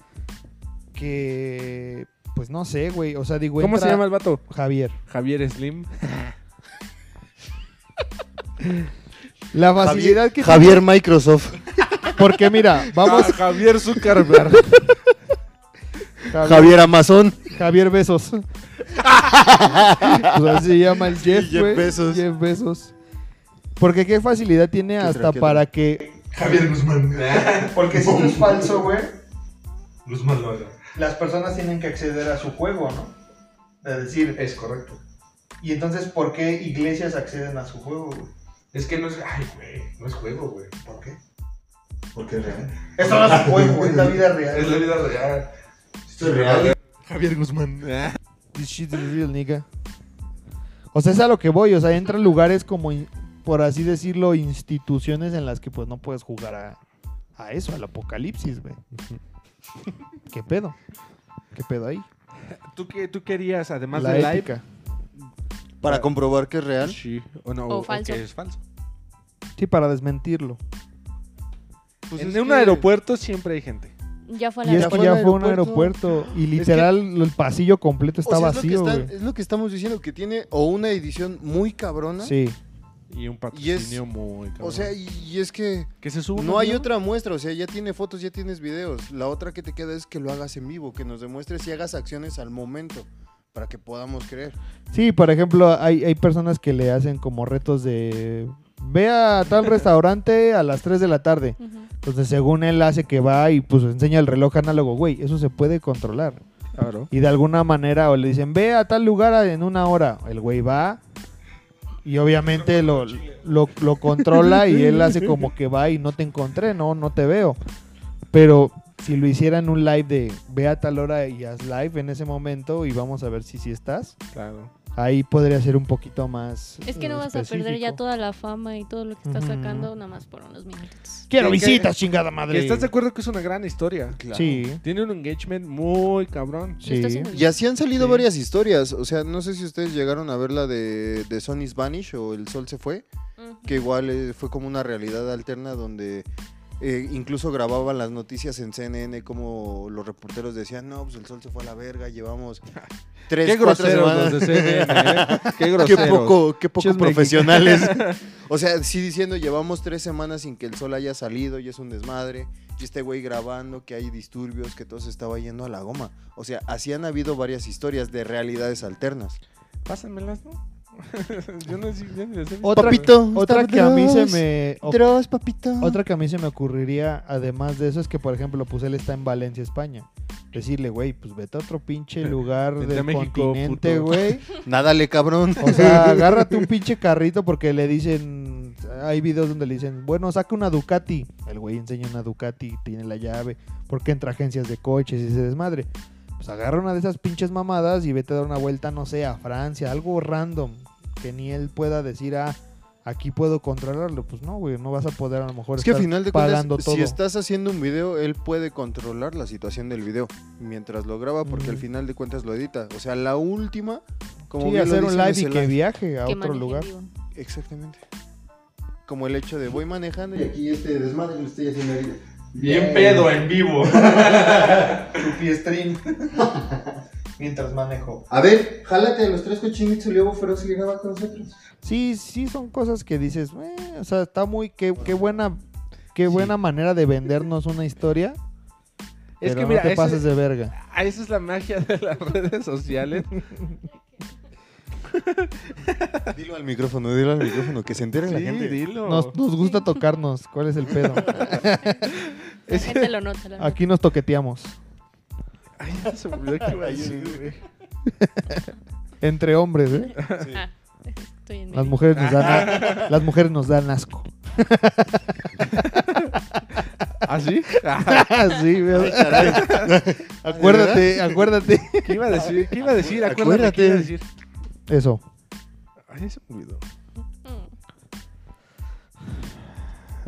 que, pues no sé, güey, o sea, digo, ¿Cómo se entra- llama el vato? Javier. Javier Slim. La facilidad Javier, que Javier Microsoft. tiene- porque mira, vamos, Ah, [laughs] Javier Zuckerberg. Javier, [laughs] Javier Amazon. Javier [laughs] Besos. pues así se llama el Jeff, Jeff güey, Bezos. Jeff Bezos. Porque qué facilidad tiene hasta tranquilo. para que Javier Guzmán. Porque si esto es falso, güey, Guzmán Lola. las personas tienen que acceder a su juego, ¿no? Es decir, Es correcto. y entonces, ¿por qué iglesias acceden a su juego, güey? Es que no es. Ay, güey. No es juego, güey. ¿Por qué? Porque es real. Esto no es un juego, es la vida real. Es la vida real. Esto es real. Javier Guzmán. This shit is real, nigga. O sea, es a lo que voy. O sea, entran lugares como, in- por así decirlo, instituciones en las que pues no puedes jugar a, a eso, al apocalipsis, güey. ¿Qué pedo? ¿Qué pedo ahí? ¿Tú, qué, ¿Tú querías, además La de like? ética. Para comprobar que es real. Sí. O no, O falso. que es falso. Sí, para desmentirlo. en un aeropuerto siempre hay gente. Ya fue a la Y Ya es que fue ya al fue un aeropuerto. aeropuerto y literal el pasillo completo está O sea, es, vacío, lo que güey. están- es lo que estamos diciendo, que tiene o una edición muy cabrona. Sí. Y un patrocinio muy cabrón. O sea, y, y es que que se sube no hay otra muestra. O sea, ya tiene fotos, ya tienes videos. La otra que te queda es que lo hagas en vivo, que nos demuestres y hagas acciones al momento para que podamos creer. Sí, por ejemplo, hay, hay personas que le hacen como retos de... Ve a [laughs] tal restaurante a las 3 de la tarde. Ujú. Entonces, según él hace que va y pues enseña el reloj análogo, güey, eso se puede controlar. Claro. Y de alguna manera, o le dicen, ve a tal lugar a- en una hora, el güey va y obviamente lo, lo, lo controla y él hace como que va y no te encontré, no, no te veo. Pero si lo hicieran un live de ve a tal hora y haz live en ese momento y vamos a ver si sí estás, Claro. ahí podría ser un poquito más. Es que no eh, vas a perder ya específico. toda la fama y todo lo que estás Ujú. sacando nada más por unos minutos. Quiero Que- que- visitas, chingada ¿Y madre. ¿Estás de acuerdo que es una gran historia? Sí, Tiene un engagement muy cabrón. Lo está sí. haciendo Y bien. así han salido Sí. varias historias. O sea, no sé si ustedes llegaron a ver la de, de Sonny's Vanish o El Sol se fue, Ujú. que igual eh, fue como una realidad alterna donde eh, incluso grababan las noticias en CNN como los reporteros decían, no, pues el sol se fue a la verga, llevamos tres, [laughs] Qué cuatro groseros los semanas. de CNN, ¿eh? Qué [laughs] Qué groseros. poco, qué poco Muchos [laughs] profesionales. o sea, sí diciendo, llevamos tres semanas sin que el sol haya salido y es un desmadre. Y este güey grabando que hay disturbios, que todo se estaba yendo a la goma. O sea, así han habido varias historias de realidades alternas. Pásamelas, ¿no? [laughs] yo no sé, yo ni las he visto. Otra, Papito, otra está que a mí se atrás. me Dross, papito. Otra que a mí se me ocurriría, además de eso, es que, por ejemplo, pues él está en Valencia, España. Decirle, güey, pues vete a otro [laughs] pinche lugar Vete a del México, continente, puto. güey. [laughs] Nádale, cabrón. O [laughs] sea, agárrate un pinche carrito porque le dicen, hay videos donde le dicen, bueno, saca una Ducati. El güey enseña una Ducati, tiene la llave, porque entra a agencias de coches y se desmadre. Pues agarra una de esas pinches mamadas y vete a dar una vuelta, no sé, a Francia, algo random, que ni él pueda decir, ah, aquí puedo controlarlo. Pues no, güey, no vas a poder a lo mejor Es que al estar final de cuentas, pagando todo. si estás haciendo un video, él puede controlar la situación del video mientras lo graba, porque Mm. al final de cuentas lo edita. O sea, la última, como Sí, bien lo hacer un dicen, live es y el que live. viaje a que otro maneja en lugar. vivo. Exactamente. Como el hecho de voy manejando Y y aquí este desmadre lo estoy haciendo ahorita. Bien pedo en vivo. Tu stream. Mientras manejo. A ver, jálate a los tres cochinitos y luego Feroz se graba con nosotros. Sí, sí, son cosas que dices, "Eh, o sea, está muy, qué, qué buena, qué buena manera de vendernos una historia. pero Es que mira, no te ese- pases de verga. Ah, esa es la magia de las [laughs] [laughs] redes sociales. [laughs] dilo al micrófono, dilo al micrófono, que se entere la Sí, gente. dilo. Nos, nos gusta tocarnos, ¿cuál es el pedo? [laughs] La gente lo nota, la Aquí nos toqueteamos, Ay, ya se me olvidó que iba a decir, güey. entre hombres, ¿eh? nota. Ah, estoy en Las medio. mujeres nos [laughs] dan, las mujeres nos dan asco. [laughs] ¿Ah, sí? sí, ¿verdad? [laughs] acuérdate, acuérdate. ¿Qué iba a decir? ¿Qué iba a decir? Acuérdate. Acuérdate. ¿Qué iba a decir? Eso. Ay, ya se me olvidó. Mm.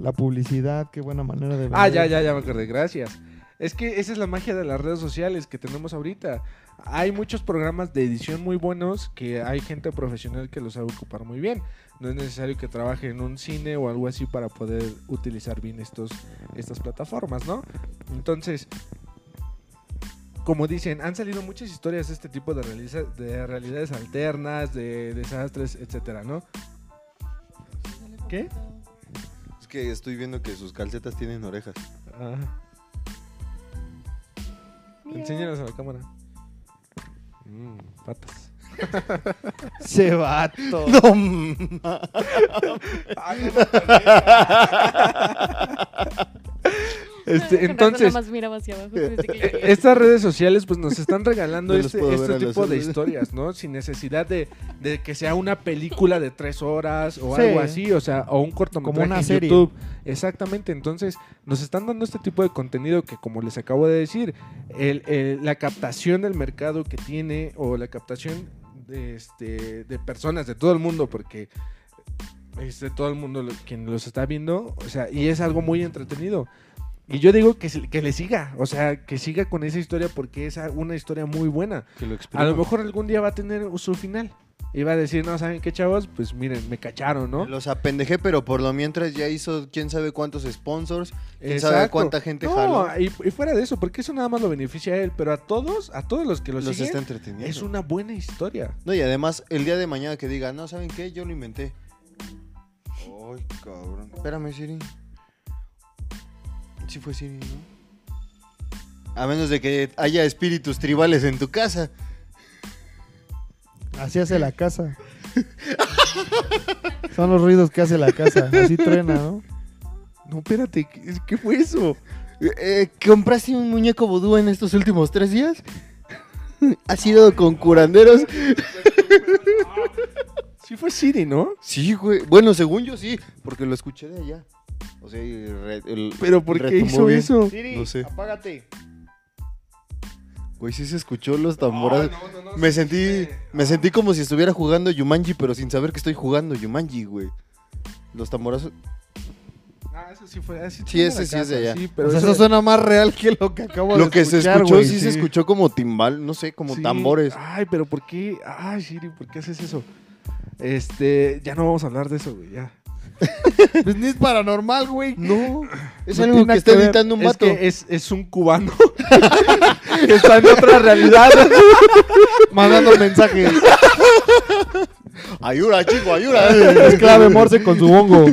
La publicidad, qué buena manera de vender. Ah, ya, ya, ya me acordé. Gracias. Es que esa es la magia de las redes sociales que tenemos ahorita. Hay muchos programas de edición muy buenos que hay gente profesional que los sabe ocupar muy bien. No es necesario que trabaje en un cine o algo así para poder utilizar bien estos, estas plataformas, ¿no? Entonces, como dicen, han salido muchas historias de este tipo de, realiza- de realidades alternas, de desastres, etcétera, ¿no? ¿Qué? Es que estoy viendo que sus calcetas tienen orejas. Ah. Enséñanos a la cámara. Mm, patas. Se vato. No, mm. Este, Con razón entonces, nomás miraba hacia abajo. pensé que- [laughs] eh, estas redes sociales pues nos están [laughs] regalando No los este, puedo ver este a los tipo de ojos. historias, ¿no? Sin necesidad de, de que sea una película de tres horas o Sí. algo así, o sea, o un cortometraje una en serie. YouTube. Exactamente, entonces nos están dando este tipo de contenido que como les acabo de decir, el- el- la captación del mercado que tiene o la captación de, este, de personas de todo el mundo, porque es de todo el mundo lo- quien los está viendo, o sea, y es algo muy entretenido. Y yo digo que, se- que le siga, o sea, que siga con esa historia porque es a- una historia muy buena. Que lo A lo exprima. mejor algún día va a tener su final. Y va a decir, no, ¿saben qué, chavos? Pues miren, me cacharon, ¿no? Los apendejé, pero por lo mientras ya hizo quién sabe cuántos sponsors, quién sabe Exacto. cuánta gente No, jaló. y, y fuera de eso, porque eso nada más lo beneficia a él, pero a todos, a todos los que lo Los siguen, está entreteniendo. es una buena historia. No, y además, el día de mañana que diga, no, ¿saben qué? Yo lo inventé. Ay, cabrón. Espérame, Siri. Sí fue Siri, ¿no? A menos de que haya espíritus tribales en tu casa. Así hace la casa. Son los ruidos que hace la casa. Así truena, ¿no? No, espérate, ¿qué, qué fue eso? Eh, ¿Compraste un muñeco vudú en estos últimos tres días? [laughs] ¿Has ido con curanderos? Sí fue Siri, ¿no? Sí, güey. Bueno, según yo sí, porque lo escuché de allá. O sea, y re- el- Pero ¿por qué retumbó hizo bien. eso? Siri, No sé. apágate. Güey, sí se escuchó los tambores. No, no, no, Me sí, sentí, güey. me sentí como si estuviera jugando Yumanji, pero sin saber que estoy jugando Yumanji, güey. Los tamborazos. Ah, eso sí fue. así Sí, ese sí es de allá. Sí, pero eso, eso- suena más real que lo que acabo de Lo que se escuchar, escuchó, güey. sí, se escuchó como timbal, no sé, como sí. tambores. Ay, pero ¿por qué? Ay, Siri, ¿por qué haces eso? Este, ya no vamos a hablar de eso, güey, ya. [laughs] Pues ni es paranormal, güey. No. Es no algo tiene que nada está que ver. editando un Es vato. que es, es un cubano [laughs] que está en otra realidad. Mandando mensajes. [laughs] Ayura, chico, [laughs] ayura. [laughs] Es clave morse con su bongo.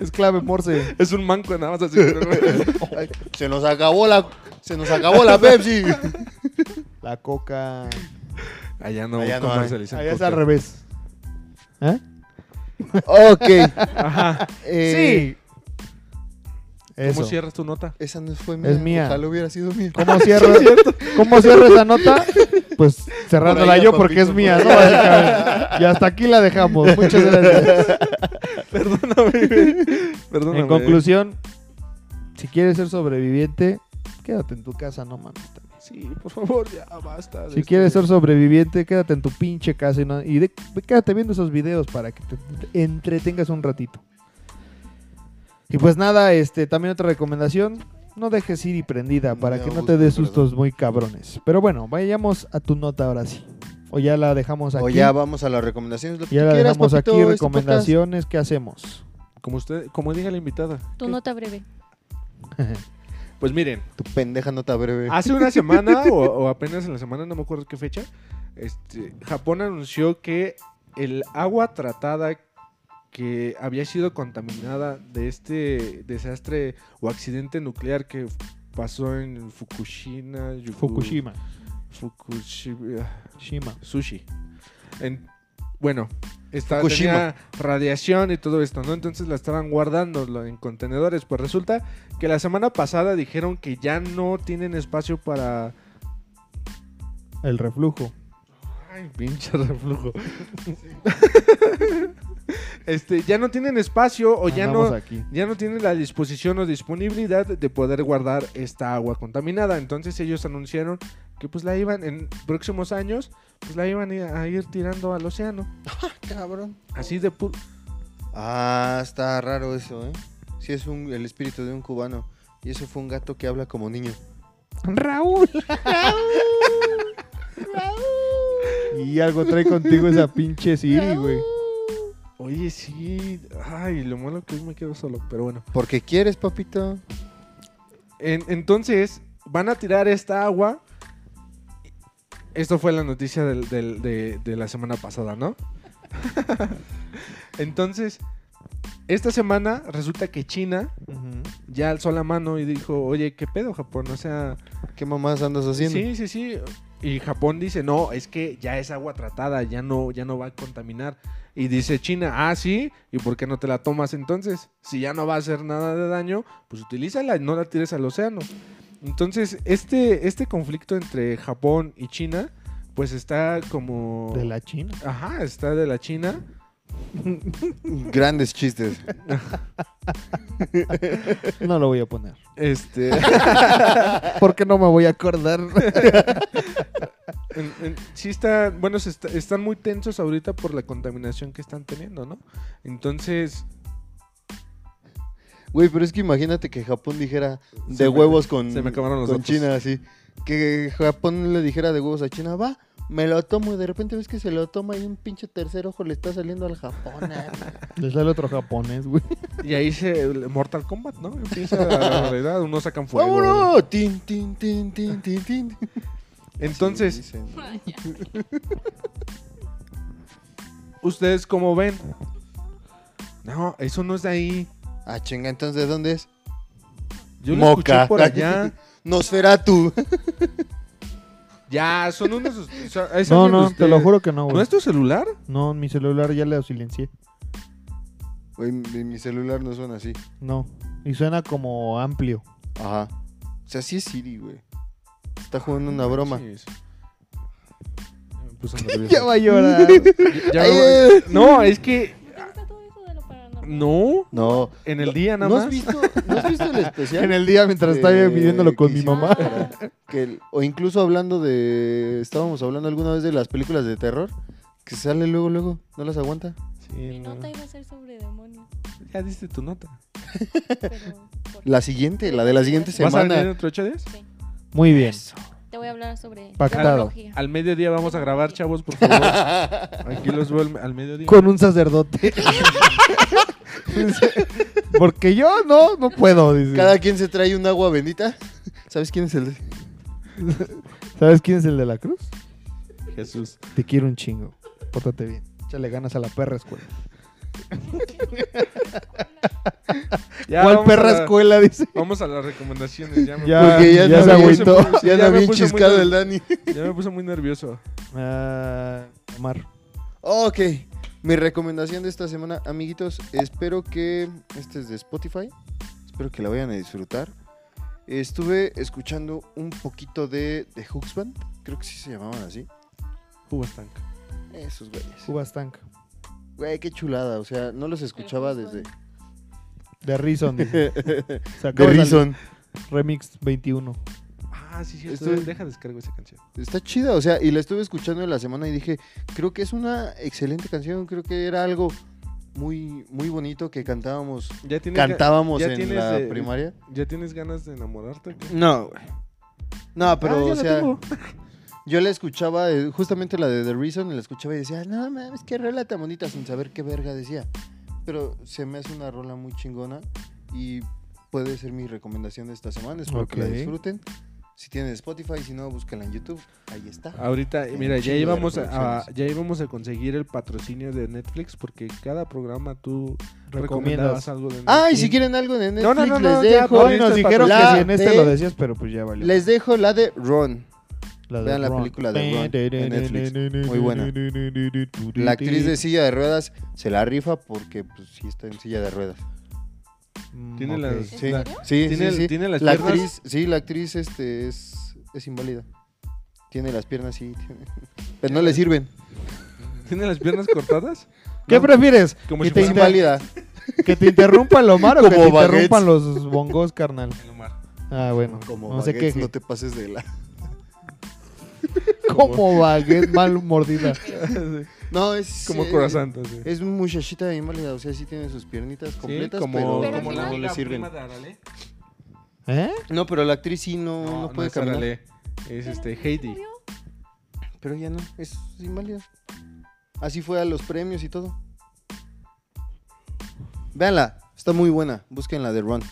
Es clave morse. Es un manco nada más así. [laughs] Ay, se nos acabó la, se nos acabó la Pepsi. [laughs] La coca. [laughs] Allá no Allá no hay. comercializan Allá es coca. al revés. ¿Eh? ok. [laughs] Ajá. Eh, ¿Cómo Eso. cierras [laughs] tu nota? Esa no fue mía. Es mía. Ojalá hubiera sido mía. [laughs] ¿Cómo cierro, ¿Cómo cierro esa nota? Pues cerrándola Por ahí, yo porque papito, es mía, por ¿no? Básicamente. Y hasta aquí la dejamos. Muchas gracias. Perdóname. Perdóname. En conclusión, si quieres ser sobreviviente, quédate en tu casa, no mames. también. Sí, por favor, ya basta. de este, Si esto. quieres ser sobreviviente, quédate en tu pinche casa y, no- y de- quédate viendo esos videos para que te te entretengas un ratito. Y pues nada, este, también otra recomendación, no dejes ir y prendida para No, que no te busquen, des perdón. sustos muy cabrones. Pero bueno, vayamos a tu nota ahora sí. O ya la dejamos aquí. O ya vamos a las recomendaciones. Lo que ya tú la quieras, dejamos papito, aquí, este recomendaciones, ¿qué hacemos? Como usted, como diga la invitada. Tu nota breve. Pues miren, podcast. Tu pendeja nota breve. Hace una semana [laughs] o, o apenas en la semana, no me acuerdo qué fecha, este, Japón anunció que el agua tratada que había sido contaminada de este desastre o accidente nuclear que pasó en Fukushima, Yuku- Fukushima. Fukushima, Shima. sushi. En- bueno, esta, Fukushima. tenía radiación y todo esto, ¿no? Entonces la estaban guardando lo- en contenedores. Pues resulta que la semana pasada dijeron que ya no tienen espacio para El reflujo. Ay, pinche reflujo. [laughs] este, ya no tienen espacio o ya Andamos no, aquí. ya no tienen la disposición o disponibilidad de poder guardar esta agua contaminada. Entonces ellos anunciaron que pues la iban en próximos años, pues la iban a a ir tirando al océano. Cabrón. Así de pu- Ah, está raro eso, ¿eh? Sí, es un, el espíritu de un cubano. Y eso fue un gato que habla como niño. Raúl. Y algo trae contigo esa pinche Siri, güey. Uh, Oye, sí. Ay, lo malo que hoy me quedo solo, pero bueno. Porque quieres, papito. En- entonces, van a tirar esta agua. Esto fue la noticia del- del- de, de la semana pasada, ¿no? entonces, esta semana resulta que China ya alzó la mano y dijo, oye, ¿qué pedo Japón? O sea, ¿Qué mamás andas haciendo? sí, sí, sí. Y Japón dice, no, es que ya es agua tratada, ya no, ya no va a contaminar. Y dice China, ah, sí, ¿y por qué no te la tomas entonces? Si ya no va a hacer nada de daño, pues utilízala y no la tires al océano. Entonces, este, este conflicto entre Japón y China, pues está como... De la China. Ajá, está de la China. Grandes chistes. No lo voy a poner. Este... Porque no me voy a [laughs] acordar. En- en- sí está, bueno, se está- están muy tensos ahorita por la contaminación que están teniendo, ¿no? Entonces, Güey, pero es que imagínate que Japón dijera de Se me- huevos con, se me acabaron los con datos. China, así. Que Japón le dijera de huevos a China, va, me lo tomo. Y de repente ves que se lo toma y un pinche tercer ojo le está saliendo al Japón. ah. Les sale otro japonés, güey. y ahí se el Mortal Kombat, ¿no? Empieza [laughs] la realidad, unos sacan [laughs] fuego. ¡Vámonos! Tin, tin, tin, tin, tin, tin. Entonces, Sí, dicen. ¿ustedes cómo ven? No, eso no es de ahí. Ah, chinga, entonces, ¿de dónde es? Yo lo Moca. escuché [laughs] por allá. Nosferatu. ya. Ya, son unos. [laughs] o sea, es No, alguien de no, te lo ustedes. juro que no, ¿No güey. es tu celular? No, en mi celular ya le silencié. [laughs] Güey, mi, mi celular no suena así. No. Y suena como amplio. Ajá. O sea, sí es Siri, güey. Está jugando una broma. Sí, Pues sí. Ya me puse [laughs] nervioso. Ya va a llorar. Ya Ay, me- No, es que. ¿Te gusta todo eso de lo paranormal? No, No. en el día nada ¿No has más. visto, ¿no has visto el especial? en el día mientras estaba Eh, viviéndolo con que mi hicimos Ah, mamá. para- [laughs] que el- o incluso hablando de. Estábamos hablando alguna vez de las películas de terror. Que sale luego, luego. No las aguanta. Sí, Mi no. nota iba a ser sobre [laughs] demonios, Ya diste tu nota. pero... por- La siguiente, la de la siguiente ¿Vas a ¿Vas a venir semana. dentro de ocho días? Sí. Muy bien. Te voy a hablar sobre... Pactado. demonología. Al mediodía vamos a grabar, chavos, por favor. Aquí los veo al, al mediodía. Con un sacerdote. [laughs] Porque yo no, no puedo. dice. Cada quien se trae un agua bendita. [laughs] ¿Sabes quién es el de- ¿Sabes quién es el de la cruz? Jesús. Te quiero un chingo. Pórtate bien. Échale ganas a la perra escuela. Ya ¿Cuál vamos perra a la- escuela? Dice. Vamos a las recomendaciones. Ya me, Ya. Porque ya, ya se anda bien- agüitó. Ya Ya anda me bien puse muy chiscado nervioso. el Dani. ya me puse muy nervioso. Ah, Omar. Ok. Mi recomendación de esta semana, amiguitos, espero que. Este es de Spotify. Espero que la vayan a disfrutar. Estuve escuchando un poquito de, de Hooksband. Creo que sí se llamaban así. Cubastanca. Esos güeyes. Cuba Stank. Güey, qué chulada. O sea, no los escuchaba desde. De Rison. dice. Se De [laughs] acaba de salir. Reason. Remix 21. Ah, Ah, sí, sí. Estoy- Deja descargo esa canción. Está chida, o sea, y la estuve escuchando en la semana y dije, creo que es una excelente canción, creo que era algo muy, muy bonito que cantábamos, Ya tienes ga- cantábamos ya en tienes la de- primaria. ¿Ya tienes ganas de enamorarte? o qué? No, güey. No, pero, Ah, ya o la sea, tengo. [laughs] yo la escuchaba, eh, justamente la de The Reason, y la escuchaba y decía, no mames, qué rola tan bonita, sin saber qué verga decía. Pero se me hace una rola muy chingona y puede ser mi recomendación de esta semana, espero que la Ok. disfruten. Si tienen Spotify, si no, búscala en YouTube, ahí está. Ahorita, eh, Un mira, ya chingo de íbamos a, reproducciones. ya íbamos a conseguir el patrocinio de Netflix porque cada programa tú Recomiendas. recomendabas algo de Ah, y Netflix. si quieren algo de Netflix, No, no, no, no, les ya, dejo. Hoy nos dijeron La que si en este de- lo decías, pero pues ya valió. Les dejo la de Ron. La vean la Ron. película de Ron en Netflix. Muy buena. La actriz de silla de ruedas se la rifa porque pues sí está en silla de ruedas. Mm, Tiene ok. las- Sí, la- sí, tiene- sí, sí. tiene las la piernas- actriz, sí, la actriz este es es inválida. Tiene las piernas sí, tiene- pero no le sirven. ¿Tiene las piernas cortadas? ¿Qué prefieres? Como que, si te Es fuera- inter- inválida. ¿Que te interrumpa el Omar o que [laughs] Como te baguettes. interrumpan los bongos, carnal? Ah, bueno. Como no sé baguettes, qué. no te pases de la. [laughs] Como baguette mal mordida. No, es Como eh, corazón. así. Es muchachita inválida, o sea, sí tiene sus piernitas completas, como- pero, Pero al como final- no le sirven. ¿Eh? No, pero la actriz sí no, no puede es caminar. Arale, Es este, Heidi. Pero ya no, es inválida. Así fue a los premios y todo. Véanla, está muy buena. Búsquenla de Ron.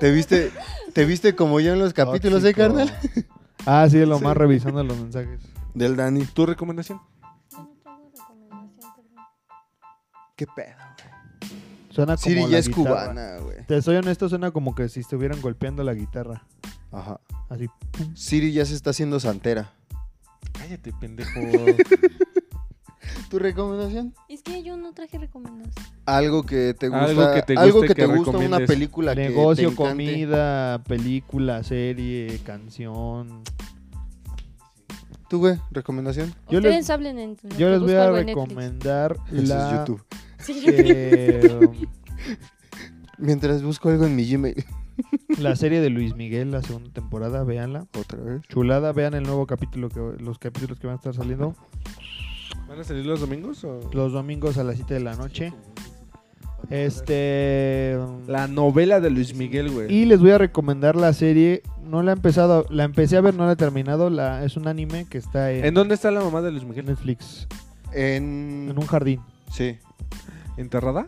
¿Te viste, ¿Te viste como yo en los capítulos, eh, Tóxico. carnal? [laughs] Ah, sí, el Omar revisando los mensajes. Del Dani. ¿Tu recomendación? ¿Qué pedo? Suena como Siri la ya es guitarra. cubana, güey. Te soy honesto, suena como que si estuvieran golpeando la guitarra. Ajá. Así. pum. Siri ya se está haciendo santera. Cállate, pendejo. ¿Tu recomendación? Es que yo no traje recomendaciones. Algo que te gusta. Algo que te algo guste, que te que gusta una recomiendes. película que te Negocio, encante. comida, película, serie, canción. ¿Tú, güey? ¿Recomendación? Yo Ustedes les- hablen en lo Yo que les voy busco a algo en Netflix. [laughs] recomendar Eso la... es YouTube. Sí. eh, [laughs] Mientras busco algo en mi Gmail. la serie de Luis Miguel, la segunda temporada, véanla. [laughs] Otra vez. Chulada, vean el nuevo capítulo, que los capítulos que van a estar saliendo [laughs] ¿Van a salir los domingos o...? los domingos a las 7 de la noche. Este... La novela de Luis Miguel, güey. Y les voy a recomendar la serie, no la he empezado, la empecé a ver, no la he terminado, la, es un anime que está en, ¿En dónde está la mamá de Luis Miguel? Netflix, En. en un jardín. Sí. ¿Enterrada? Eh,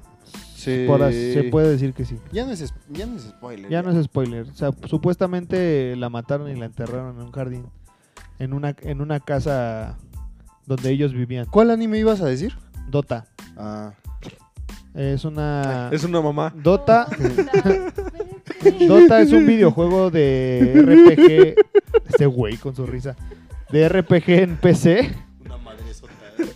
Sí. Por así- se puede decir que sí. Ya no es, es- ya no es spoiler. Ya no es spoiler. O sea, supuestamente la mataron y la enterraron en un jardín. En una, en una casa donde ellos vivían. ¿Cuál anime ibas a decir? Dota. Ah. Es una. Es una mamá. [laughs] Dota. Espérate. [laughs] Dota es un videojuego de RPG. Este güey con su risa. De RPG en PC. Una madre sota.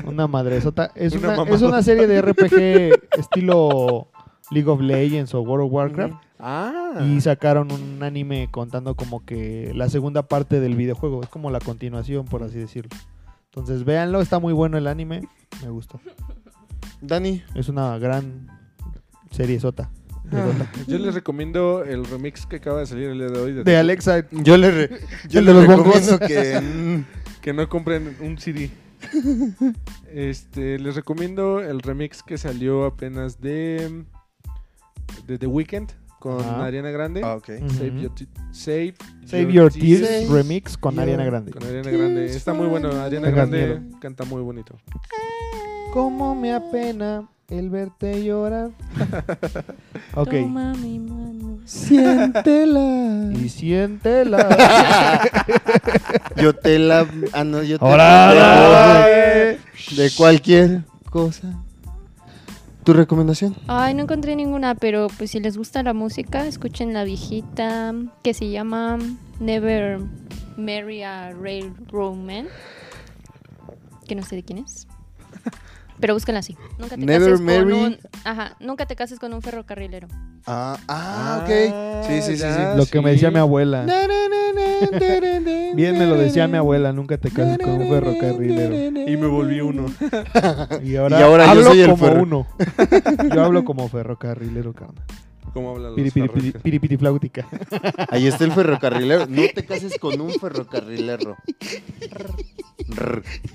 Una madresota. Es Una una, mamá. es una serie de RPG estilo League of Legends o World of Warcraft. Ah. Y sacaron un anime contando como que la segunda parte del videojuego. Es como la continuación, por así decirlo. Entonces véanlo, está muy bueno el anime. Me gustó. Dani. Es una gran serie sota. Ah. de Dota. Yo les recomiendo el remix que acaba de salir el día de hoy. de- De Alexa. Yo le, [laughs] re- yo El le de los recomiendo bongos. que. mm, Que no compren un [laughs] CD. este, les recomiendo el remix que salió apenas de, de The Weeknd con Ajá. Ariana Grande. [laughs] Ah, ok. Save, Ujú. your Te- Save Save Your Tears Save remix con your- Ariana Grande. Con Ariana Grande. Está muy bueno. Ariana Tengas Grande canta muy bonito. Cómo me apena el verte llorar. [laughs] ok. Toma mi mano. Siéntela. Y siéntela. [laughs] Yo te la. Ah, no, yo te Ahora, la. eh. De cualquier cosa. ¿Tu recomendación? Ay, no encontré ninguna, pero pues si les gusta la música, escuchen la viejita que se llama Never Marry a Railroad Man, que no sé de quién [laughs] es. Pero búscanla así. Nunca te Never cases marry- con un, ajá, nunca te cases con un ferrocarrilero. Ah, ah, Ah, ok. Sí, sí, sí. ya. sí. Ah, Lo que me decía mi abuela. Na, na, na, na, na, na, na, Bien me lo decía mi na, abuela, nunca te cases con un ferrocarrilero. Y me volví uno. Y ahora, Y ahora yo hablo soy el como [laughs] ferro- uno. Yo hablo como ferrocarrilero, carnal. ¿Cómo hablan los Piri, piri, piri, carros? piri, piri, flautica. Ahí está el ferrocarrilero. No te cases con un ferrocarrilero. Rr,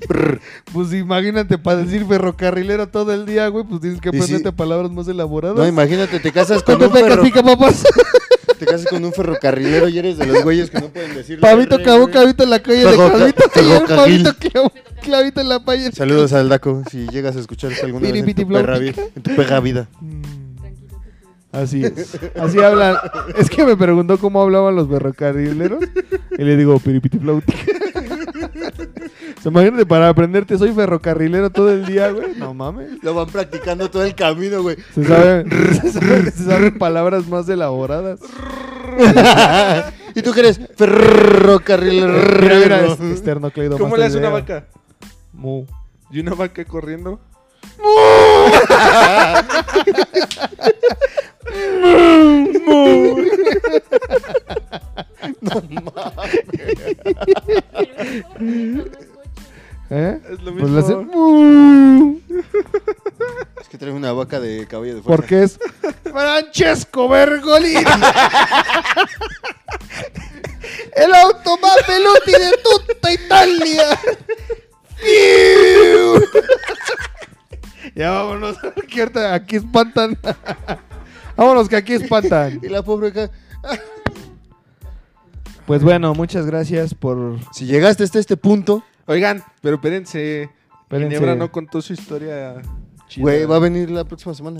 rr. [laughs] Pues imagínate, para decir ferrocarrilero todo el día, güey, pues tienes que Y sí. aprenderte palabras más elaboradas. No, imagínate, te casas con ¿Cuánto un, te ferro- castiga, papás? te casas con un ferrocarrilero y eres de los güeyes que no pueden decir. Pavito clavó clavito en la calle de Ferroca- clavito. Ayer ferrocarril. Pavito clavó clavito en la calle. Saludos al Daco, si llegas a escuchar esto alguna vez en tu, perra vi- en tu perra vida. Mm, Así es. Así hablan. Es que me preguntó cómo hablaban los ferrocarrileros. Y le digo, piripiti flauta. O sea, [laughs] imagínate, para aprenderte, soy ferrocarrilero todo el día, güey. No mames. Lo van practicando todo el [laughs] camino, güey. Se sabe, se sabe- se saben palabras más elaboradas. ¿Y tú qué eres? Ferrocarrilero. Eh, Mira, mira, es- esternocleidomastoideo. ¿Cómo le hace una vaca? Mu. ¿Y una vaca corriendo? ¿Eh? Es lo Pues le hace mismo. mu. Es que traes una vaca de caballo de fuerza. Porque es Francesco Bergolini. [laughs] El auto más veloz de tutta Italia. Fiu. ya vámonos. que ahorita Aquí espantan. vámonos que aquí espantan. Y la pobre ca- Pues bueno, muchas gracias por... Si llegaste hasta este punto, Oigan, pero espérense. Espérense. Ginebra no contó su historia chida. güey, va a venir la próxima semana.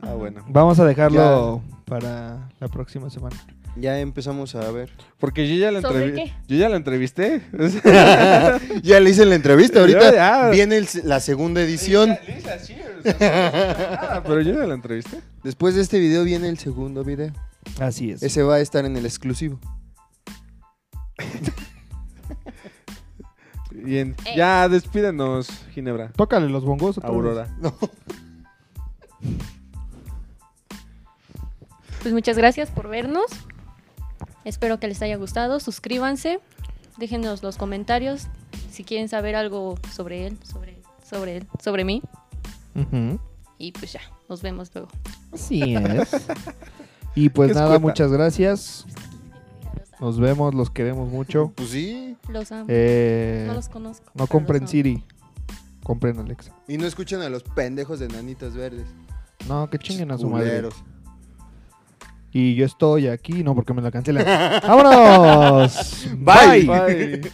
Ah, bueno. Vamos a dejarlo para la próxima semana. Ya empezamos a ver. Porque yo ya la, ¿Sobre entrevi- qué? yo ya la entrevisté. [laughs] [laughs] ya le hice la entrevista, ahorita Ya, ya. viene el se- la segunda edición. Ah, pero yo ya la entrevisté. Después de este video viene el segundo video. Así es. Ese va a estar en el exclusivo. Bien. Ey. Ya, despídenos, Ginebra. Tócale los bongos. otra vez. Aurora. Pues muchas gracias por vernos. Espero que les haya gustado. Suscríbanse. Déjenos los comentarios si quieren saber algo sobre él, sobre, sobre él, sobre mí. Ujú. Y pues ya, nos vemos luego. Así es. Y pues Es nada, cueta. muchas gracias. Nos vemos, los queremos mucho. Pues sí. Los amo. Eh, no los conozco. pero no los compren amo. Siri, compren Alexa. Y no escuchen a los pendejos de nanitas verdes. No, que chinguen a su madre. Culeros. Y yo estoy aquí, no, porque me la cancelan. [laughs] ¡Vámonos! [laughs] Bye.